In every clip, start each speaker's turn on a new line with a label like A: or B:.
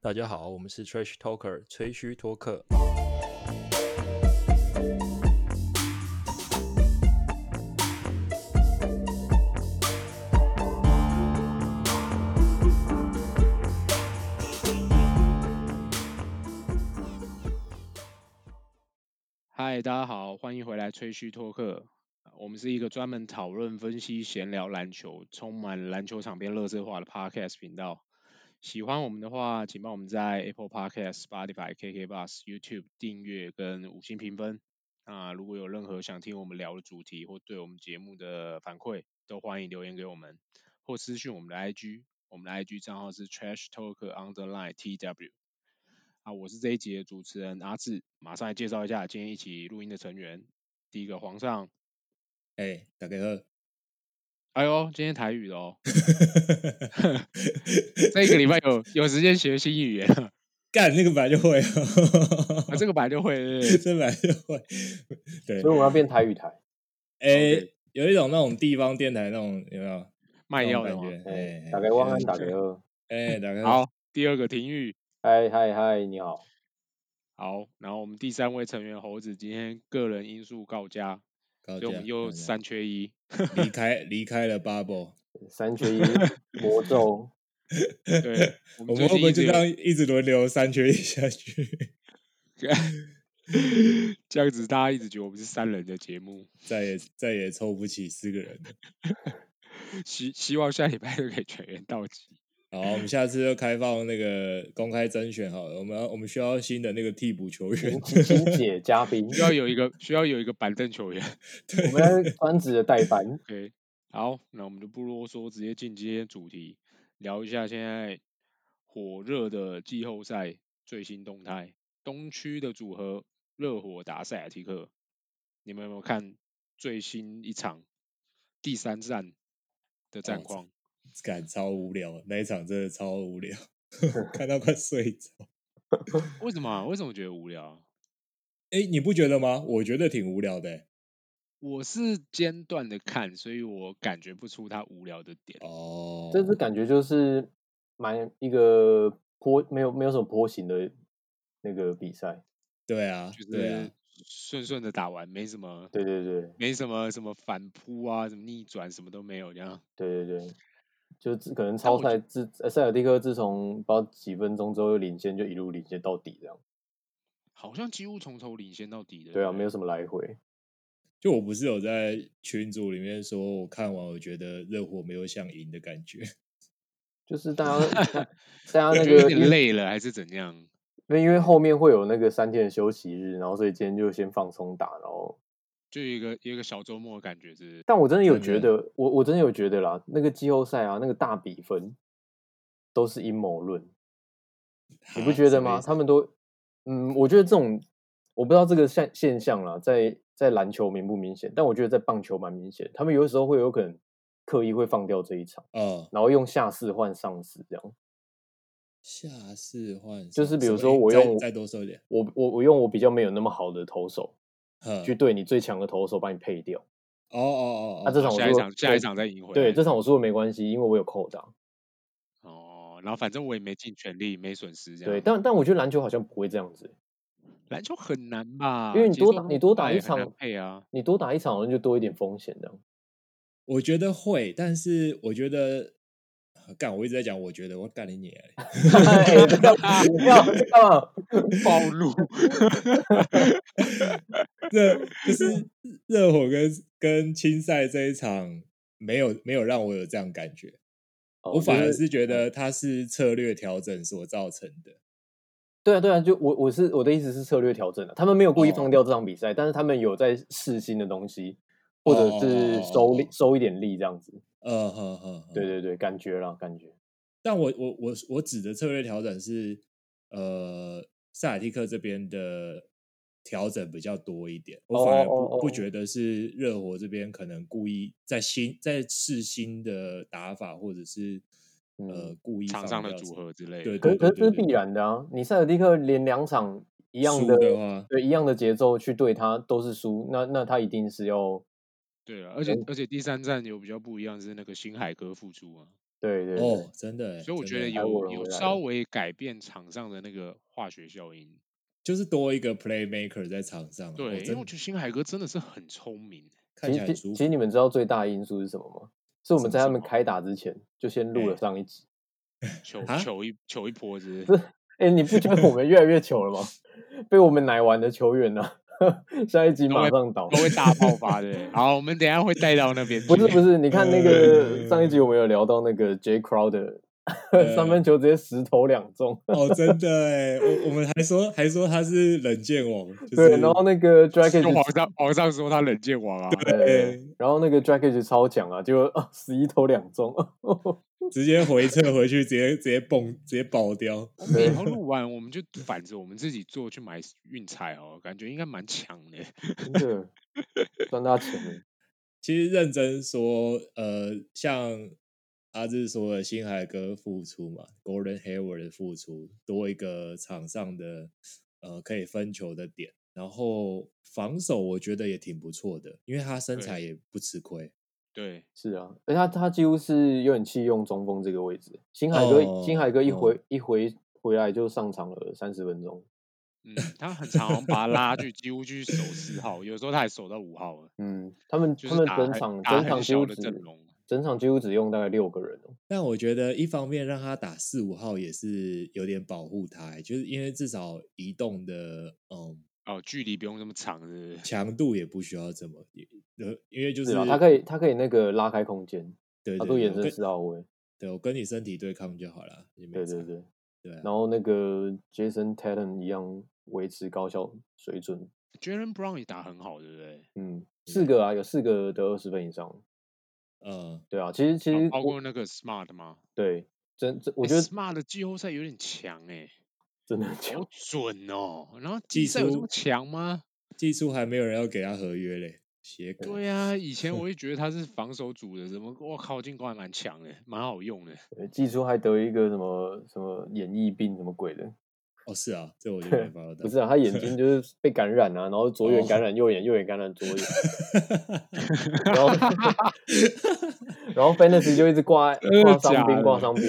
A: 大家好，我们是 Trash Talker 吹嘘托 客。
B: 嗨，大家好，欢迎回来吹嘘托客。呃我们是一个专门讨论、分析、闲聊篮球，充满篮球场边乐色化的 podcast 频道。喜欢我们的话，请帮我们在 Apple Podcast、Spotify、KK Bus、YouTube 订阅跟五星评分。那如果有任何想听我们聊的主题或对我们节目的反馈，都欢迎留言给我们，或私讯我们的 IG。我们的 IG 账号是 Trash Talk Underline TW。啊，我是这一集的主持人阿志，马上来介绍一下今天一起录音的成员。第一个皇上，
C: 哎、大家好，
B: 哎呦，今天台语的哦，这个礼拜有有时间学新语言了，
C: 干那个本来就会、哦，
B: 啊，这个本来就会对 不对
C: 这本来就会，对
D: 所以，我们要变台 语台。
C: 哎、有一种那种地方电台那种有没有
B: 卖药
C: 那
B: 的哦
C: 种 感
B: 嘛。
C: 觉？哎、
D: 哎
C: 哎，
D: 打给汪安，
C: 学
D: 打给二。
C: 哎，大家
B: 好，第二个廷玉，
D: 嗨嗨嗨，你好。
B: 好，然后我们第三位成员猴子今天个人因素告佳，
C: 高
B: 所以我
C: 嘉
B: 们又
C: 高嘉
B: 三缺一。
C: 离开离开了 bubble，
D: 三缺一魔 咒，
B: 对， 我
C: 我
B: 们
C: 们
B: 最
C: 会
B: 近
C: 不会就这
B: 一直有
C: 样一直轮流三缺一下去？
B: 这样子，大家一直觉得我们是三人的节目，
C: 再也再也凑不起四个人了。
B: 希希望下礼拜就可以全员到齐。
C: 好，我们下次就开放那个公开甄选好了。我们要我们需要新的那个替补球员
B: 哦
D: 请，请姐嘉宾，
B: 需要有一个需要有一个板凳球员。
D: 我们要专职的 代班。
B: OK，好，那我们就不啰嗦，直接进今天主题，聊一下现在火热的季后赛最新动态。东区的组合热火打塞尔提克，你们有没有看最新一场第三战的战
C: 哦
B: 况？
C: 感超无聊，那一场真的超无 聊， 看到快睡着。
B: 为什么啊、为什么觉得无聊啊？
C: 哎、你不觉得吗？我觉得挺无聊的欸、
B: 我是间断的看，所以我感觉不出它无聊的点。
C: 哦，
D: 这次感觉就是蛮一个坡，没有没有什么坡形的那个比赛。
C: 对啊，
B: 就
C: 对
B: 是
C: 啊，
B: 顺顺的打完，没什么，
D: 对对对
B: 没什么什么反扑啊，什么逆转，什么都没有这样。
D: 对对对，就自可能超
B: 我觉
D: 赛自呃塞尔蒂克自从不知道几分钟之后领先，就一路领先到底这样。
B: 好像几乎从头领先到底的。
D: 对啊，
B: 不
D: 没有什么来回。
C: 就我不是有在群组里面说，我看完我觉得热火没有想赢的感觉，
D: 就是 大家大家那
B: 就有
D: 个
B: 点累了还是怎样？
D: 因为因为后面会有那个三天的休息日，然后所以今天就先放松打，然后，
B: 就有一个有一个小周末的感觉是不是，
D: 但我真的有
C: 真
D: 觉
C: 的
D: 得，我我真的有觉得啦，那个季后赛啊，那个大比分都是阴谋论，你不
C: 哈
D: 觉
C: 什
D: 得
C: 么
D: 吗
C: 意？思
D: 他们都，嗯，我觉得这种我不知道这个现现象啦，在在篮球明不明显，但我觉得在棒球蛮明显，他们有的时候会有可能刻意会放掉这一场，
C: 哦，
D: 然后用下士换上士这样。
C: 下士换
D: 就
C: 上
D: 是比
C: 什
D: 如
C: 么
D: 说
C: 意
D: 我
C: 再
D: 用
C: 再多说一点，
D: 我我我用我比较没有那么好的投手
C: 呵
D: 去对你最强的投手把你配掉，
C: 哦哦哦，
D: 那、这
C: 哦
D: 场我
B: 下一
D: 输
B: 场
D: 了
B: 下
D: 对
B: 一场再赢回来。
D: 对，这场我输了没关系，因为我有扣打。
B: 哦，然后反正我也没尽全力，没损失这样。
D: 对，但但我觉得篮球好像不会这样子，
B: 篮球很难吧？
D: 因为你
B: 节奏
D: 多打
B: 那
D: 你
B: 么
D: 多打
B: 快
D: 一
B: 很难
D: 场
B: 配啊。
D: 你多打一场好像就多一点风险 这样。
C: 我觉得会，但是我觉得。干！我一直在讲，我觉得我干你你，
D: 哎你干嘛你干嘛你干嘛？
B: 暴露，
C: 热就是热火跟跟青赛这一场没有没有让我有这样感觉，
D: 哦
C: 我反
D: 就嗯
C: 而是觉得它是策略调整所造成的。
D: 对啊对啊，就我我是我的意思是策略调整的，啊他们没有故意
C: 哦
D: 放掉这场比赛，但是他们有在试新的东西，或者是收力
C: 哦
D: 收一点力这样子。
C: 呃，呵呵，呵
D: 对。对对，感觉啦感觉。
C: 但我我我我指的策略调整是，呃，塞尔蒂克这边的调整比较多一点，我反而不
D: 哦哦哦
C: 不觉得是热火这边可能故意在新在试新的打法，或者是呃
D: 嗯
C: 故意
B: 场
C: 放
B: 上的
C: 掉
B: 组
C: 什么。
B: 合之类
C: 对
B: 的。
D: 可是
C: 对
D: 可是这是
C: 对
D: 必然的啊！你塞尔蒂克连两场一样
C: 输
D: 的
C: 的话
D: 对一样的节奏去对他都是输，那那他一定是要哎
B: 对了，而且而且第三站有比较不一样是那个新海哥复出啊，
D: 对对对，
C: 哦，真的欸，
B: 所以我
C: 真
B: 觉得
C: 的
D: 还我
B: 有
D: 了
B: 有
D: 我来
B: 稍
D: 了哦
B: 微改变场上的那个化学效应。
C: 就是多一个 playmaker 在场上啊，
B: 对，因为
C: 真
B: 我觉得新海哥真的是很聪 明。
C: 看起来
D: 其实
C: 很
D: 其
C: 舒
D: 其
C: 服
D: 实。你们知道最大的因素是什么吗？是我们
B: 什
D: 在
B: 么
D: 他
B: 什
D: 们
B: 么
D: 开打之前就先录了
C: 哎
D: 上一集。
B: 求
C: 啊
B: 求一求一波子，
D: 哎、你不觉得我们越来越糗了吗？ 被我们奶完的球员呢、 啊，下一集马上倒
B: 都。会大爆 发的。好，我们等一下会带到那边去。
D: 不是不是，你看那个
C: 呃
D: 上一集我们有聊到那个 J Crowder
C: 呃
D: 三分球直接十投两中，
C: 哦，真的哎，我我们还说还说他是冷剑王，就是
D: 对，然后那个 d r a g o
B: 就
D: n
B: 皇上皇上说他冷箭王啊，
D: 对，然后那个 d r a g o n 超强啊，就十一投两中，
C: 直接回撤回去，直接直接蹦，直接爆掉。
B: 我们以后录完我们就反着我们自己做去买运彩哦，感觉应该蛮强的。
D: 真的赚大钱了。
C: 其实认真说，呃，像阿志说的，新海哥复出嘛，Gordon Hayward 的复出，多一个场上的呃可以分球的点，然后防守我觉得也挺不错的，因为他身
B: 对
C: 材也不吃亏。
B: 对，
D: 是啊，而他他几乎是有点弃用中锋这个位置。新海哥、新海哥一
C: 哦哦
D: 回、一回回来就上场了三十分钟，
B: 嗯，他很常好像把他拉去，几乎去守四号，有时候他还守到五号了。啊
D: 嗯，他们、
B: 就
D: 他
B: 是
D: 们
B: 打
D: 整
B: 很
D: 场
B: 打
D: 整
B: 很
D: 场几
B: 小
D: 乎
B: 的
D: 只
B: 阵容
D: 整场几乎只用大概六个人哦。
C: 但我觉得一方面让他打四五号也是有点保护他、欸就是因为至少移动的嗯
B: 哦，距离不用那么长，是不是？
C: 强度也不需要这么，呃，因为就是是
D: 啊，他可以他可以那个拉开空间，
C: 对
D: 他
C: 对
D: 做
C: 对
D: 延
C: 我
D: 伸
C: 跟
D: 四号位，
C: 对我跟你身体对抗就好了，也没
D: 对对
C: 差
D: 对。
C: 对啊
D: 然后那个 Jason Tatum 一样维持高效水准，
B: Jalen Brown 也打很好，对不对？
D: 嗯，四个啊，有四个得二十分以上，
C: 嗯，
D: 对啊，其实其
B: 然后
D: 实
B: 包
D: 我
B: 括那个 Smart 吗？
D: 对，真真我
B: 欸
D: 觉得
B: 哦 Smart 的季后赛有点强哎、
D: 真的很
B: 好
D: 强，
B: 准哦。然后
C: 技
B: 季赛有这
C: 术
B: 么强吗？
C: 技术还没有人要给他合约嘞，邪狗。
B: 对啊，以前我会觉得他是防守组的，怎么我靠进攻还蛮强的，蛮好用的。
D: 对技术还得一个什么什么眼翳病什么鬼的，
C: 哦，是啊，这我就 没 follow 到。
D: 不 是啊，他眼睛就是被感染啊，然后左眼
C: 哦
D: 感染右眼，右眼感染 左眼，然后然后 Fantasy 就一直挂
B: 真的
D: 挂伤
B: 假
D: 兵，挂
B: 的
D: 伤兵，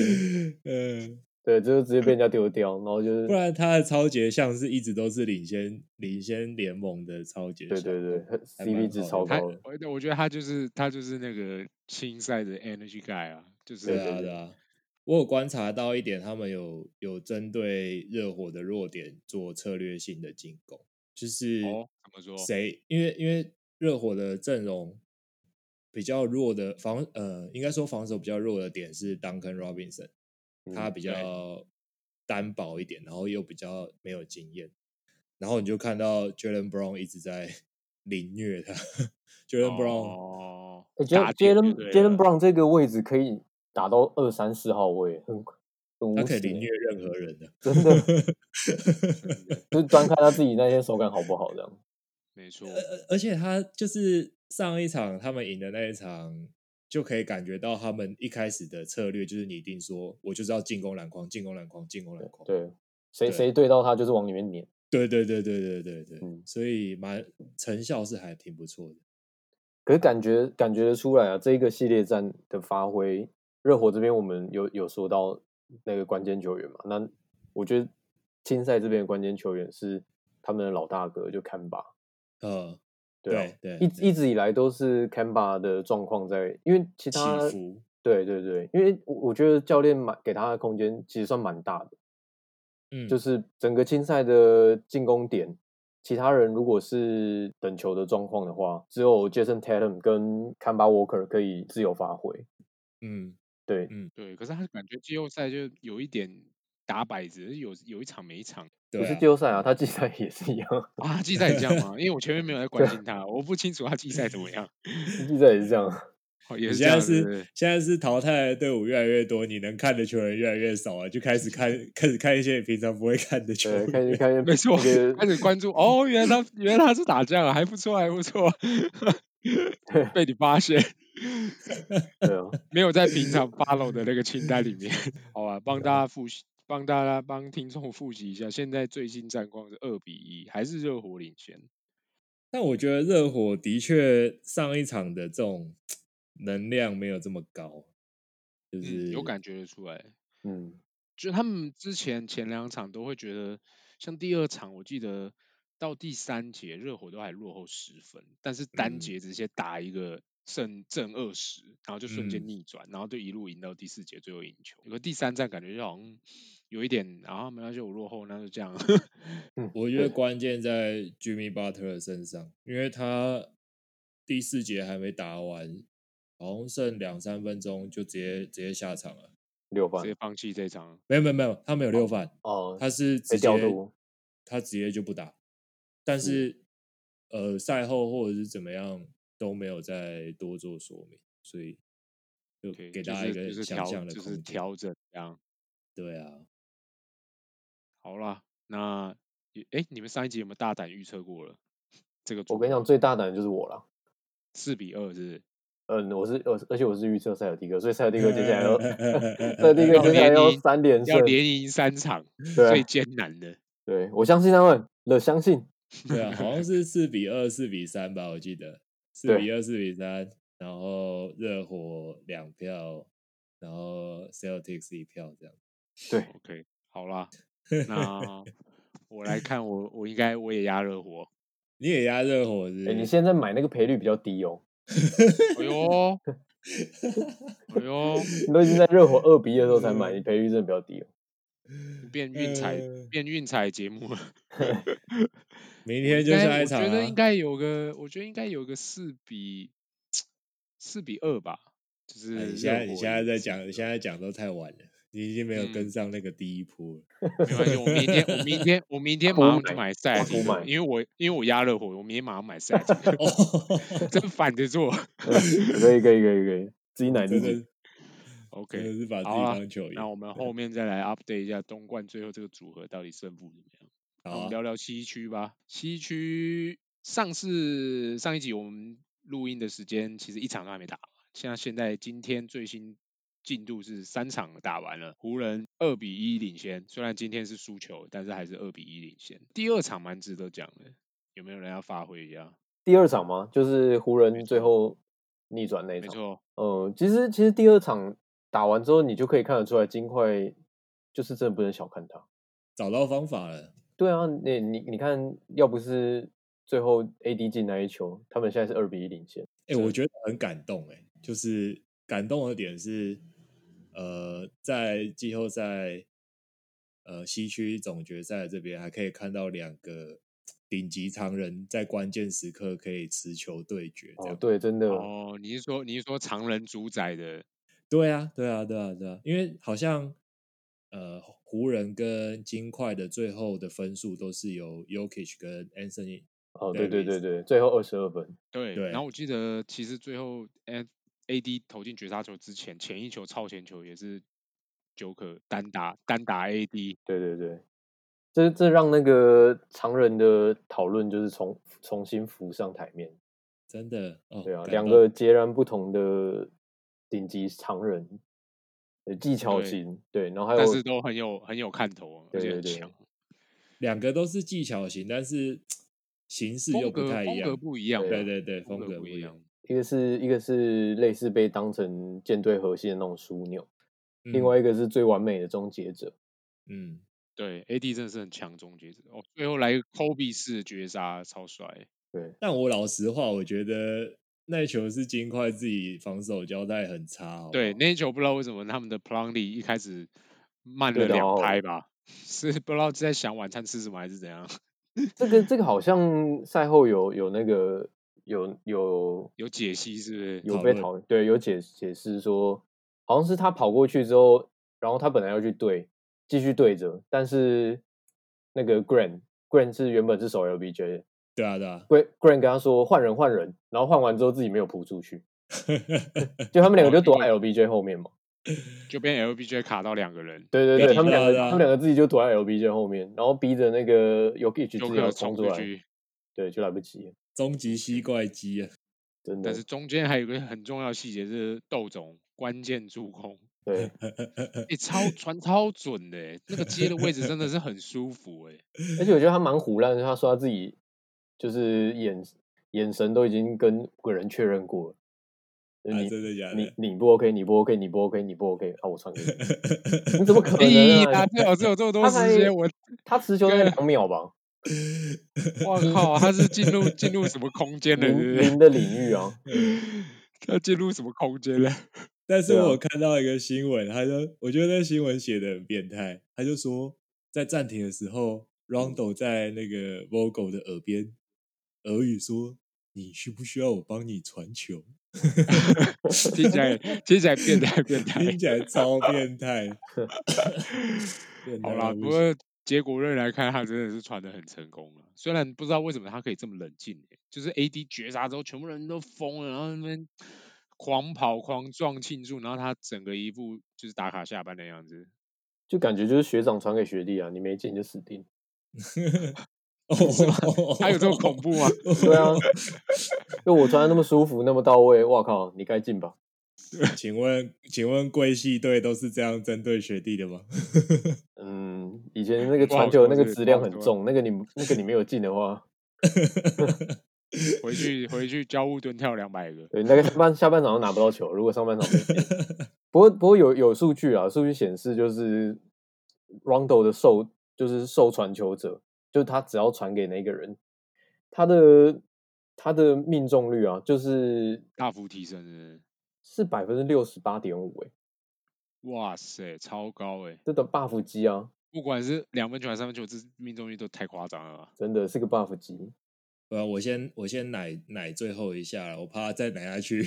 C: 嗯，
D: 对，就是直接被人家丢掉，然后就是
C: 不然他的超杰像是一直都是领先领先联盟的超杰
D: 对
C: 项，
D: 对对很
C: 还蛮
D: ，CP 值
C: 好的
D: 超
B: 他
D: 高了，
B: 我我觉得他就是他就是那个新赛的 energy guy 啊，就是
C: 对
D: 对
C: 啊对啊。我有观察到一点，他们有有针对热火的弱点做策略性的进攻，就是
B: 哦怎么说
C: 谁？因为因为热火的阵容比较弱的防呃，应该说防守比较弱的点是 Duncan Robinson，他
D: 嗯
C: 比
B: 对
C: 较单薄一点，然后又比较没有经验，然后你就看到 Jalen Brown 一直在 凌虐他 ，Jalen Brown，、
B: 哦
D: 欸，
B: 打
C: 啊
B: 点就
D: Jalen Jalen
B: 对
D: Jalen
B: 了
D: Brown 这个位置可以打到二三四号位，很很
C: 他
D: 无
C: 可以
D: 耻
C: 凌虐
D: 欸，
C: 任何人的，
D: 真 的
B: 真的
D: 就是端看他自己那些手感好不好这样。
B: 没错，
C: 而而且他就是上一场他们赢的那一场，就可以感觉到他们一开始的策略就是你一定说，我就是要进攻篮筐，进攻篮筐，进攻篮筐。
D: 对，谁
C: 对
D: 谁对到他就是往里面撵。
C: 对对对对对对对，
D: 嗯
C: 所以蛮成效是还挺不错的。
D: 可是感觉感觉得出来啊，这一个系列战的发挥，热火这边我们有有说到那个关键球员嘛，那我觉得青赛这边的关键球员是他们的老大哥，就坎巴。
C: 呃，
D: 啊
C: 对对
D: 一一直以来都是坎巴的状况在，因为其
C: 起
D: 他
C: 伏，
D: 对对对，因为我我觉得教练蛮给他的空间其实算蛮大的，
C: 嗯，
D: 就是整个青赛的进攻点，其他人如果是等球的状况的话，只有 Jason Tatum 跟 c a m b a Walker 可以自由发挥。
C: 嗯，
D: 对，
B: 对，可是他感觉季后赛就有一点打摆子，有有一场没一场
D: 不
C: 对
D: 是
C: 啊
D: 季，后赛啊，他季赛也是一样，
B: 啊，季赛也这样吗？因为我前面没有在关心他，我不清楚他季赛怎么样，
D: 季赛也是这样。
B: 哦，也
C: 你
B: 是
C: 现
B: 这
C: 在
B: 样子，对不对
C: 是现在是淘汰的队伍越来越多，你能看的球员越来越少啊，就开始看开始看一些你平常不会看的球
D: 对，
C: 员，
D: 看见看见
B: 没错，
D: 那
B: 开
D: 个
B: 始关注哦，原来他原来他是打架，还不错，还 不错，被你发现，
D: 对啊，
B: 没有在平常 follow 的那个清单里面。好吧，帮大家复习，帮大家帮听众复习一下，现在最新战况是二比一，还是热火领先？
C: 但我觉得热火的确上一场的这种能量没有这么高，就
B: 嗯，
C: 是
B: 有感觉得出来。
D: 嗯，
B: 就他们之前前两场都会觉得，像第二场我记得到第三节热火都还落后十分，但是单
C: 嗯
B: 节直接打一个正正二十，然后就瞬间
C: 嗯
B: 逆转，然后就一路赢到第四节最后赢球。有个第三站感觉就好像有一点啊，没关系，我落后那就这 样。
C: 我觉得
D: 对
C: 关键在 Jimmy Butler 身上，因为他第四节还没打完，好像剩两三分钟就直接直接下场了。
D: 六
B: 直接
D: 番
B: 放弃这场，
C: 没有没有没有，他没有六犯，
D: 哦，
C: 他是直
D: 被
C: 接
D: 调度
C: 他直接就不打，
B: 嗯
C: 但是呃赛后或者是怎么样都没有再多做说明，所以就
B: OK，
C: 给
B: 就
C: 大家一
B: 是就
C: 个
B: 是
C: 想
B: 调
C: 象的
B: 就是
C: 空间。
B: 调整这样。
C: 对啊，
B: 好啦，那也哎，你们上一集有没有大胆预测过了？这个
D: 我跟你
B: 组
D: 讲，最大胆的就是我了。
B: 四比二是不是？
D: 嗯，我是我是，而且我是预测塞尔蒂克，所以塞尔蒂克接下来要塞尔 蒂克
B: 要
D: 接下来
B: 连
D: 要
B: 赢
D: 三连
B: 要
D: 胜，
B: 连赢三场，
D: 对
B: 最
D: 啊
B: 艰难的。
D: 对，我相信他们，我相信，
C: 对啊，好像是四比二、四比三吧，我记得四
D: 对
C: 比二、四比三，然后热火两票，然后 Celtics 一票这样。
D: 对，
B: OK，好啦， 那我来看我我应该我也压热火。
C: 你也压热火是不是？
D: 哎，你现在买那个赔率比较低哦，
B: 哎呦，哎呦，
D: 你都已经在热火二比一的时候才买，你赔率真的比较低哦。
B: 变运彩
C: 呃
B: 变运彩节目了。
C: 明
B: 我
C: 天
B: 应
C: 就
B: 该
C: 下一
B: 我
C: 场、啊。
B: 觉得应该有个，我觉得应该有个四比四比二吧，就
C: 哎
B: 是
C: 你现在
B: 热
C: 你
B: 火
C: 现在
B: 赢
C: 在
B: 4
C: 讲，
B: 比
C: 你
B: 2
C: 现在讲都太晚了，你已经没有跟
B: 嗯
C: 上那个第一波了。，
B: 没关系，我明天我明天我明天马
D: 哭
B: 上就
D: 奶
B: 买塞尔
D: 哭
B: 提克，
D: 奶
B: 因为我因为我压热火，我明天马上买塞尔提克
C: 哦，
B: 真反着做。
D: 嗯可以可以可以可以，自己奶 自
C: 真
D: 己
C: 的，真
B: OK，
C: 的是把自
B: 好
C: 己
B: 啊
C: 当球员
B: 那。我们后面再来 update 一下东冠最后这个组合到底胜负怎么样。那
C: 好
B: 我
C: 啊
B: 们聊聊西区吧。西区上次上一集我们录音的时间其实一场都还没打完，像现在今天最新进度是三场打完了，湖人二比一领先，虽然今天是输球，但是还是二比一领先。第二场蛮值得讲的，有没有人要发挥一下？
D: 第二场吗？就是湖
B: 没
D: 人最
B: 错
D: 后逆转那一
B: 没
D: 场。
B: 错，
D: 呃，其实其实第二场打完之后，你就可以看得出来，金块就是真的不能小看他。
C: 找到方法了，
D: 对啊，你你你看，要不是最后 AD 进那一球，他们现在是二比一领先。
C: 哎、我觉得很感动、哎，就是感动的点是，呃，在季后赛，呃，西区总决赛这边还可以看到两个顶级常人在关键时刻可以持球对决，这
D: 哦
C: 样，。
D: 对，真的，
B: 哦，你是说你是说常人主宰的
C: 对啊，对啊，对啊，对啊，因为好像呃，湖人跟金块的最后的分数都是由 Yokich 跟 Anthony
D: 哦对对
C: Davis
D: 对对，最后二十二分，
B: 对，
C: 对
B: 然后我记得其实最后 A A D 投进绝杀球之前，前一球超前球也是九可单打单打 A D，
D: 对对对，这这让那个常人的讨论就是重重新浮上台面。
C: 真的哦，
D: 对啊，
C: 感
D: 两
C: 动
D: 个截然不同的顶级常人，呃，技巧
B: 对
D: 型，对，然后还
B: 但
D: 有
B: 是都很有很有看头，啊而
D: 对
B: 且
D: 对
B: 很
D: 对
B: 强，
C: 两个都是技巧型，但是形式又
B: 风
C: 不
B: 格
C: 太一
B: 风格
C: 样。
B: 不一样嘛，
D: 对
C: 对对对，风
B: 风
C: 格
B: 格不
C: 不
B: 一
C: 一
B: 样
C: 样。。
D: 一个是一个是类似被当成舰队核心的那种枢纽，另
C: 嗯
D: 外一个是最完美的终结者。
C: 嗯，
B: 对，A D 真的是很强终结者哦，最后来一个 Kobe 式的绝杀，超帅。
D: 对，
C: 但我老实话，我觉得那球是金块自己防守交代很差好不
B: 对，
C: 好
B: 那一球不知道为什么他们的 Plumlee 一开始慢
D: 对
B: 了
D: 的
B: 两
D: 哦
B: 拍吧， 是不知道在想晚餐吃什么还是怎样，
D: 这个这个好像赛后有有那个有有
B: 有解析是不是？
D: 有
C: 讨
D: 被
C: 论
D: 讨论，对，有解解释说，好像是他跑过去之后，然后他本来要去对，继续对着，但是那个 Grant Grant 是原本是守 LBJ 的。
C: 对啊对啊，
D: Grant Grant 跟他说换人换人，然后换完之后自己没有扑出去，就他们两个
B: 哦
D: 就躲
B: 就
D: 在 LBJ 后面嘛。
B: 就变 LBJ 卡到两个人，
D: 对对
B: 被
D: 对，
B: 你
D: 他们两个
C: 对啊
D: 他们两个自己就躲在 LBJ 后面，然后逼着那个 y o k i c 自
B: 有
D: 己
B: 可
D: 要
B: 能
D: 冲
B: 冲
D: 出
B: 出
D: 来，
B: 去，
D: 对，就来不及了，
C: 终极吸怪机啊！
D: 真
B: 但
D: 的
B: 是。中间还有一个很重要的细节是豆总关键助 攻，
D: 对，
B: 诶，超传超准的、欸，那个接的位置真的是很舒服欸 哎诶，
D: 而且我觉得他蛮胡乱的，他说他自己就是眼眼神都已经跟鬼人确认过了，就是
C: 啊
D: 你、
C: 真的
B: 呃
C: 假的
D: 你你不 OK，你不 OK，你不 OK，你不 OK，啊，我传给你， 你怎么可
B: 屁
D: 能
B: 啦！
D: 啊？
B: 最好是有这么多
D: 他
B: 时
D: 才
B: 间，我
D: 他持球大概两秒吧，
B: 我靠，他是进入进入什么空间了？
D: 零
B: 对
D: 零
B: 不
D: 的领域啊，
B: 对？ 他进入什么空间了？
C: 但是
D: 对啊
C: 我看到一个新闻，他就我觉得那新闻写的很变态，他就说在暂停的时
B: 嗯
C: 候，Rondo 在那个 Vogel 的耳边耳语说：“你需不需要我帮你传球
B: 听起来听起来变态变？”态。
C: 听起来超变态。 变态
B: 好啦，
C: 到
B: 不
C: 不行
B: 过结果论来看，他真的是传的很成功了。虽然不知道为什么他可以这么冷静欸、就是 AD 绝杀之后，全部人都疯了，然后那边狂跑、狂撞、庆祝，然后他整个一副就是打卡下班的样子。
D: 就感觉就是学长传给学弟啊，你没进就死定。
B: 是吗 他有这么恐怖吗？
D: 对啊，就我穿的那么舒服，那么到位，哇靠，你该进吧？
C: 请问，请问贵系队都是这样针对学弟的吗？
D: 嗯，以前那个
B: 不好
D: 传球
B: 说
D: 那个
B: 这个
D: 质
B: 不
D: 量
B: 好
D: 很
B: 说
D: 重，那个你那个你没有进的话，
B: 回去回去交互蹲跳两百个，
D: 对，那个下半下半场都拿不到球，如果上半场没进。不过不过有有数据啊，数据显示就是 Rondo 的受就是受传球者，就是他只要传给那个人，他的他的命中率啊，就是
B: 大幅提升是
D: 是百分之六十八点五，哎，
B: 不是哇塞，超高哎、
D: 这个 buff 机啊，
B: 不管是两分球还是三分球，这命中率都太夸张了吧？
D: 真的是个 buff 机。
C: 对啊，我先我先奶奶最后一下啦，我怕再奶下去，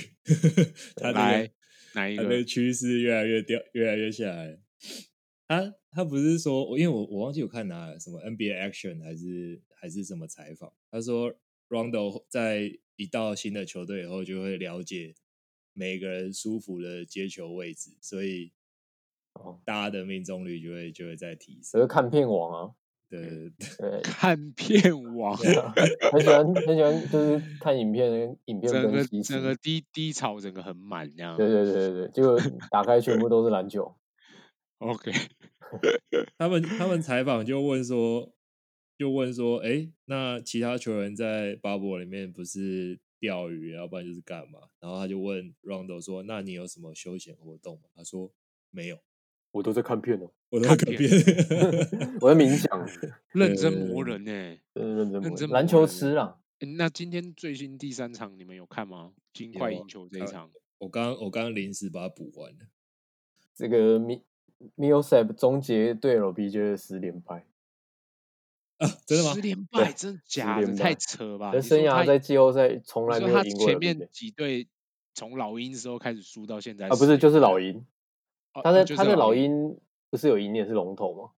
C: 他那
B: 来
C: 个
B: 哪一
C: 他的
B: 个？
C: 趋势越来越掉，越来越下来。他他不是说，我因为我我忘记我看哪什么 NBA Action 还是还是什么采访，他说 Rondo 在一到新的球队以后，就会了解每个人舒服的接球位置，所以
D: 哦
C: 大家的命中率就会就会在提
D: 只是
C: 升。
D: 看片王啊，
C: 对，
D: 对，啊
B: 看片王。
D: 很喜欢很喜欢就是看影片影片
B: 整
D: 分
B: 个
D: 析师
B: 整，个低低潮，整个很满这样
D: 对。对对对对，结 果打开全部都是篮球，
B: OK，
C: 他们他们采访就问说，就问说，哎、那其他球员在 bubble 里面不是钓鱼，要不然就是干嘛？然后他就问 Rondo 说，那你有什么休闲活动吗？他说没有，
D: 我都在看片哦，
C: 我都
B: 看
C: 改
B: 片
C: 变。
D: 我在冥想，
B: 认真磨人呢、欸
D: 真的认真
B: 认
D: 不会
B: 真
D: 篮
B: 磨
D: 球啊
B: 人
D: 痴
B: 欸
D: 啦，
B: 那今天最新第三场你们有看吗？金块
C: 有
B: 赢球这一
C: 看
B: 场，
C: 我刚我刚临时把它补完了，
D: 这个 Mi m i l s a p 终结对 LBJ 的十连败，
C: 啊，真的
B: 十
C: 吗？
B: 连败，真的假的？
D: 连
B: 太
D: 败
B: 扯吧！
D: 而
B: 啊你说
D: 生涯
B: 他，
D: 在
B: 你
D: 季后赛从来没
B: 说
D: 有
B: 他
D: 赢过
B: 前
D: LBJ
B: 面几队从老鹰之后开始输到现在
D: 啊，不是
B: 10
D: 就是
B: 连败
D: 老鹰，
B: 哦
D: 他
B: 哦
D: 在
B: 就
D: 他
B: 是
D: 在
B: 老
D: 老，鹰不是有一年是龙头吗？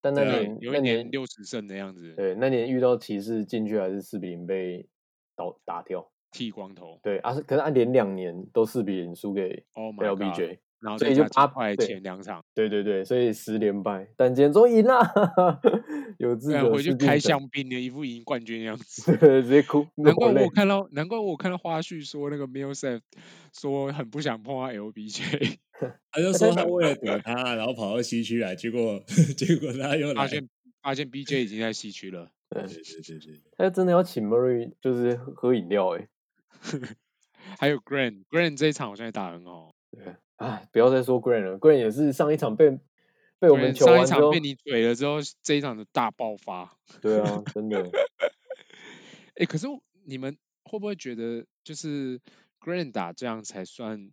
D: 但那
C: 对啊
B: 对，
D: 年
B: 有
D: 那
B: 一
D: 年
B: 年六十胜的样子，
D: 对那年遇到骑士进去还是四比零被倒打掉。
B: 剃光头
D: 对，啊，是可是他连两年都四比零输给
B: ，Oh my god！
D: LBJ，
B: 然后再
D: 所以就
B: 加
D: 八
B: 金块
D: 对
B: 前两场，
D: 对对对，所以十连败，但今天终于赢了， 有志
B: 对啊，
D: 者
B: 回去
D: 事竟
B: 开
D: 成，
B: 香槟的一副赢冠军的样子。
D: 直接哭
B: 难怪
D: 落
B: 我有
D: 泪。
B: 看到，难怪我有看到花絮说那个 m i l s e p 说很不想碰到 LBJ，
C: 他就说他为了躲他，然后跑到西区来，结果结果他又
B: 发
C: 来，
B: 现发现 BJ 已经在西区了。
C: 对对对对，
D: 他真的要请 Murray 就是喝喝饮料哎、
B: 还有 Grant Grant 这一场好像也打得很好
D: 对，哎，不要再说 Grant 了，Grant 也是上一场被被我
B: ，Grant
D: 们球
B: 上一
D: 完之
B: 场
D: 后
B: 被，你怼了之后，这一场的大爆发。
D: 对啊，真的，
B: 哎、可是我你们会不会觉得就是 Grant 打这样才算，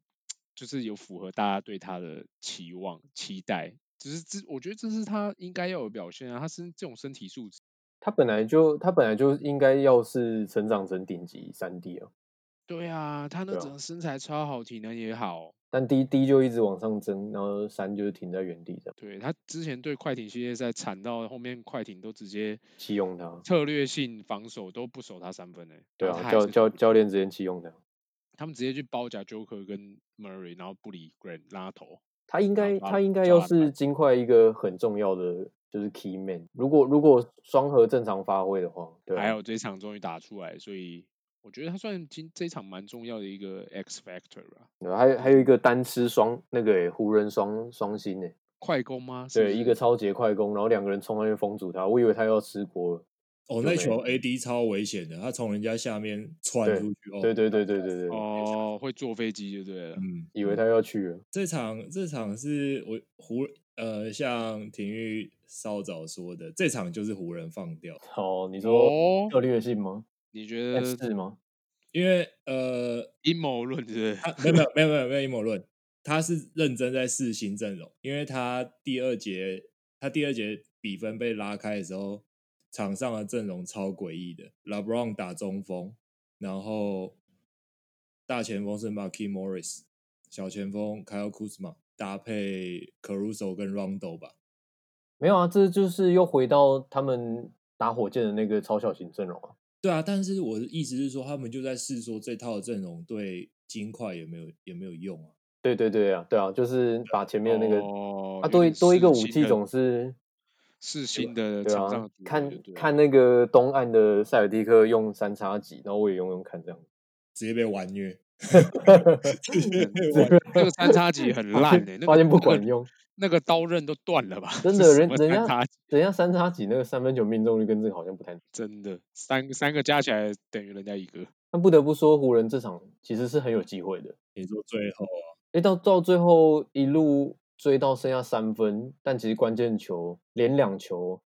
B: 就是有符合大家对他的期望期待？只是这，我觉得这是他应该要有的表现啊，他是这种身体素质。
D: 他本来就他本来就应该要是成长成顶级三 D 啊，
B: 对啊，他那
D: 对啊
B: 整个身材超好，体能也好。
D: 但 D D 就一直往上增，然后三就是停在原地这样，
B: 对他之前对快艇系列赛惨到后面快艇都直接
D: 弃用他。
B: 策略性防守都不守他三分呢、
D: 对
B: 然后哦
D: 啊，
B: 他还
D: 教
B: 是
D: 教教练之间弃用的，
B: 他们直接去包夹 Joker 跟 Murray，然后不理 Grant 拉头，
D: 他应
B: 然后
D: 该
B: 抓
D: 他应该
B: 抓
D: 要
B: 篮板
D: 是金块一个很重要的就是 key man，如果如果双核正常发挥的话，对
B: 还
D: 啊，
B: 有这一场终于打出来，所以我觉得他算今这一场蛮重要的一个 X factor 啊，
D: 对啊还有还有一个单吃双那个欸湖人双双星诶，
B: 快攻吗？是不
D: 对，一
B: 是
D: 个超级快攻，然后两个人冲上去封阻他，我以为他要吃锅了，
C: 哦，
D: 就
C: 那
D: 没
C: 球 AD 超危险的，他从人家下面窜出去，哦，
D: 对对对对对对，
B: 哦，会坐飞机就对了。
C: 嗯，
D: 以为他要去了，
C: 这场这场是我湖呃，像体育稍早说的，这场就是湖人放掉，
D: 好，你说
B: 哦，
D: 策略性吗？
B: 你觉
D: 但
B: 得
D: 是吗？
C: 因为呃，
B: 阴谋论是
C: 他没有没有没有没有没有阴谋论，他是认真在试新阵容，因为他第二节他第二节比分被拉开的时候，场上的阵容超诡异的，LeBron 打中锋，然后大前锋是 Marky Morris，小前锋 Kyle Kuzma 搭配 Caruso 跟 Rondo 吧，
D: 没有啊，这就是又回到他们打火箭的那个超小型阵容啊。
C: 对啊，但是我的意思是说，他们就在试说这套阵容对金块有没有有没有用啊？
D: 对对对啊，对啊，就是把前
B: 没
D: 面的那个，
B: 哦、
D: 啊，多一多一个武器总
B: 种
D: 是
B: 是新的
D: 对
B: 场
D: 啊
B: 上，
D: 看看那个东岸的塞尔蒂克用三叉戟，然后我也用用看这样。
C: 直接被完虐， 直
D: 嗯
C: 接被完虐
B: 那那个三叉戟很
D: 发
B: 烂
D: 现
B: 诶、那个
D: 发现不
B: 那个
D: 管用，
B: 那个刀刃都断了吧？
D: 真
B: 这
D: 的
B: 是
D: 人
B: 什么
D: 人
B: 三叉
D: 家
B: 戟
D: 人家三叉戟那个三分球命中率跟这个好像不太。
B: 真的三三个加起来等于人家一个。
D: 但不得不说，湖人这场其实是很有机会的。
C: 你说最后啊，
D: 诶，到到最后一路追到剩下三分，但其实关键球连两球，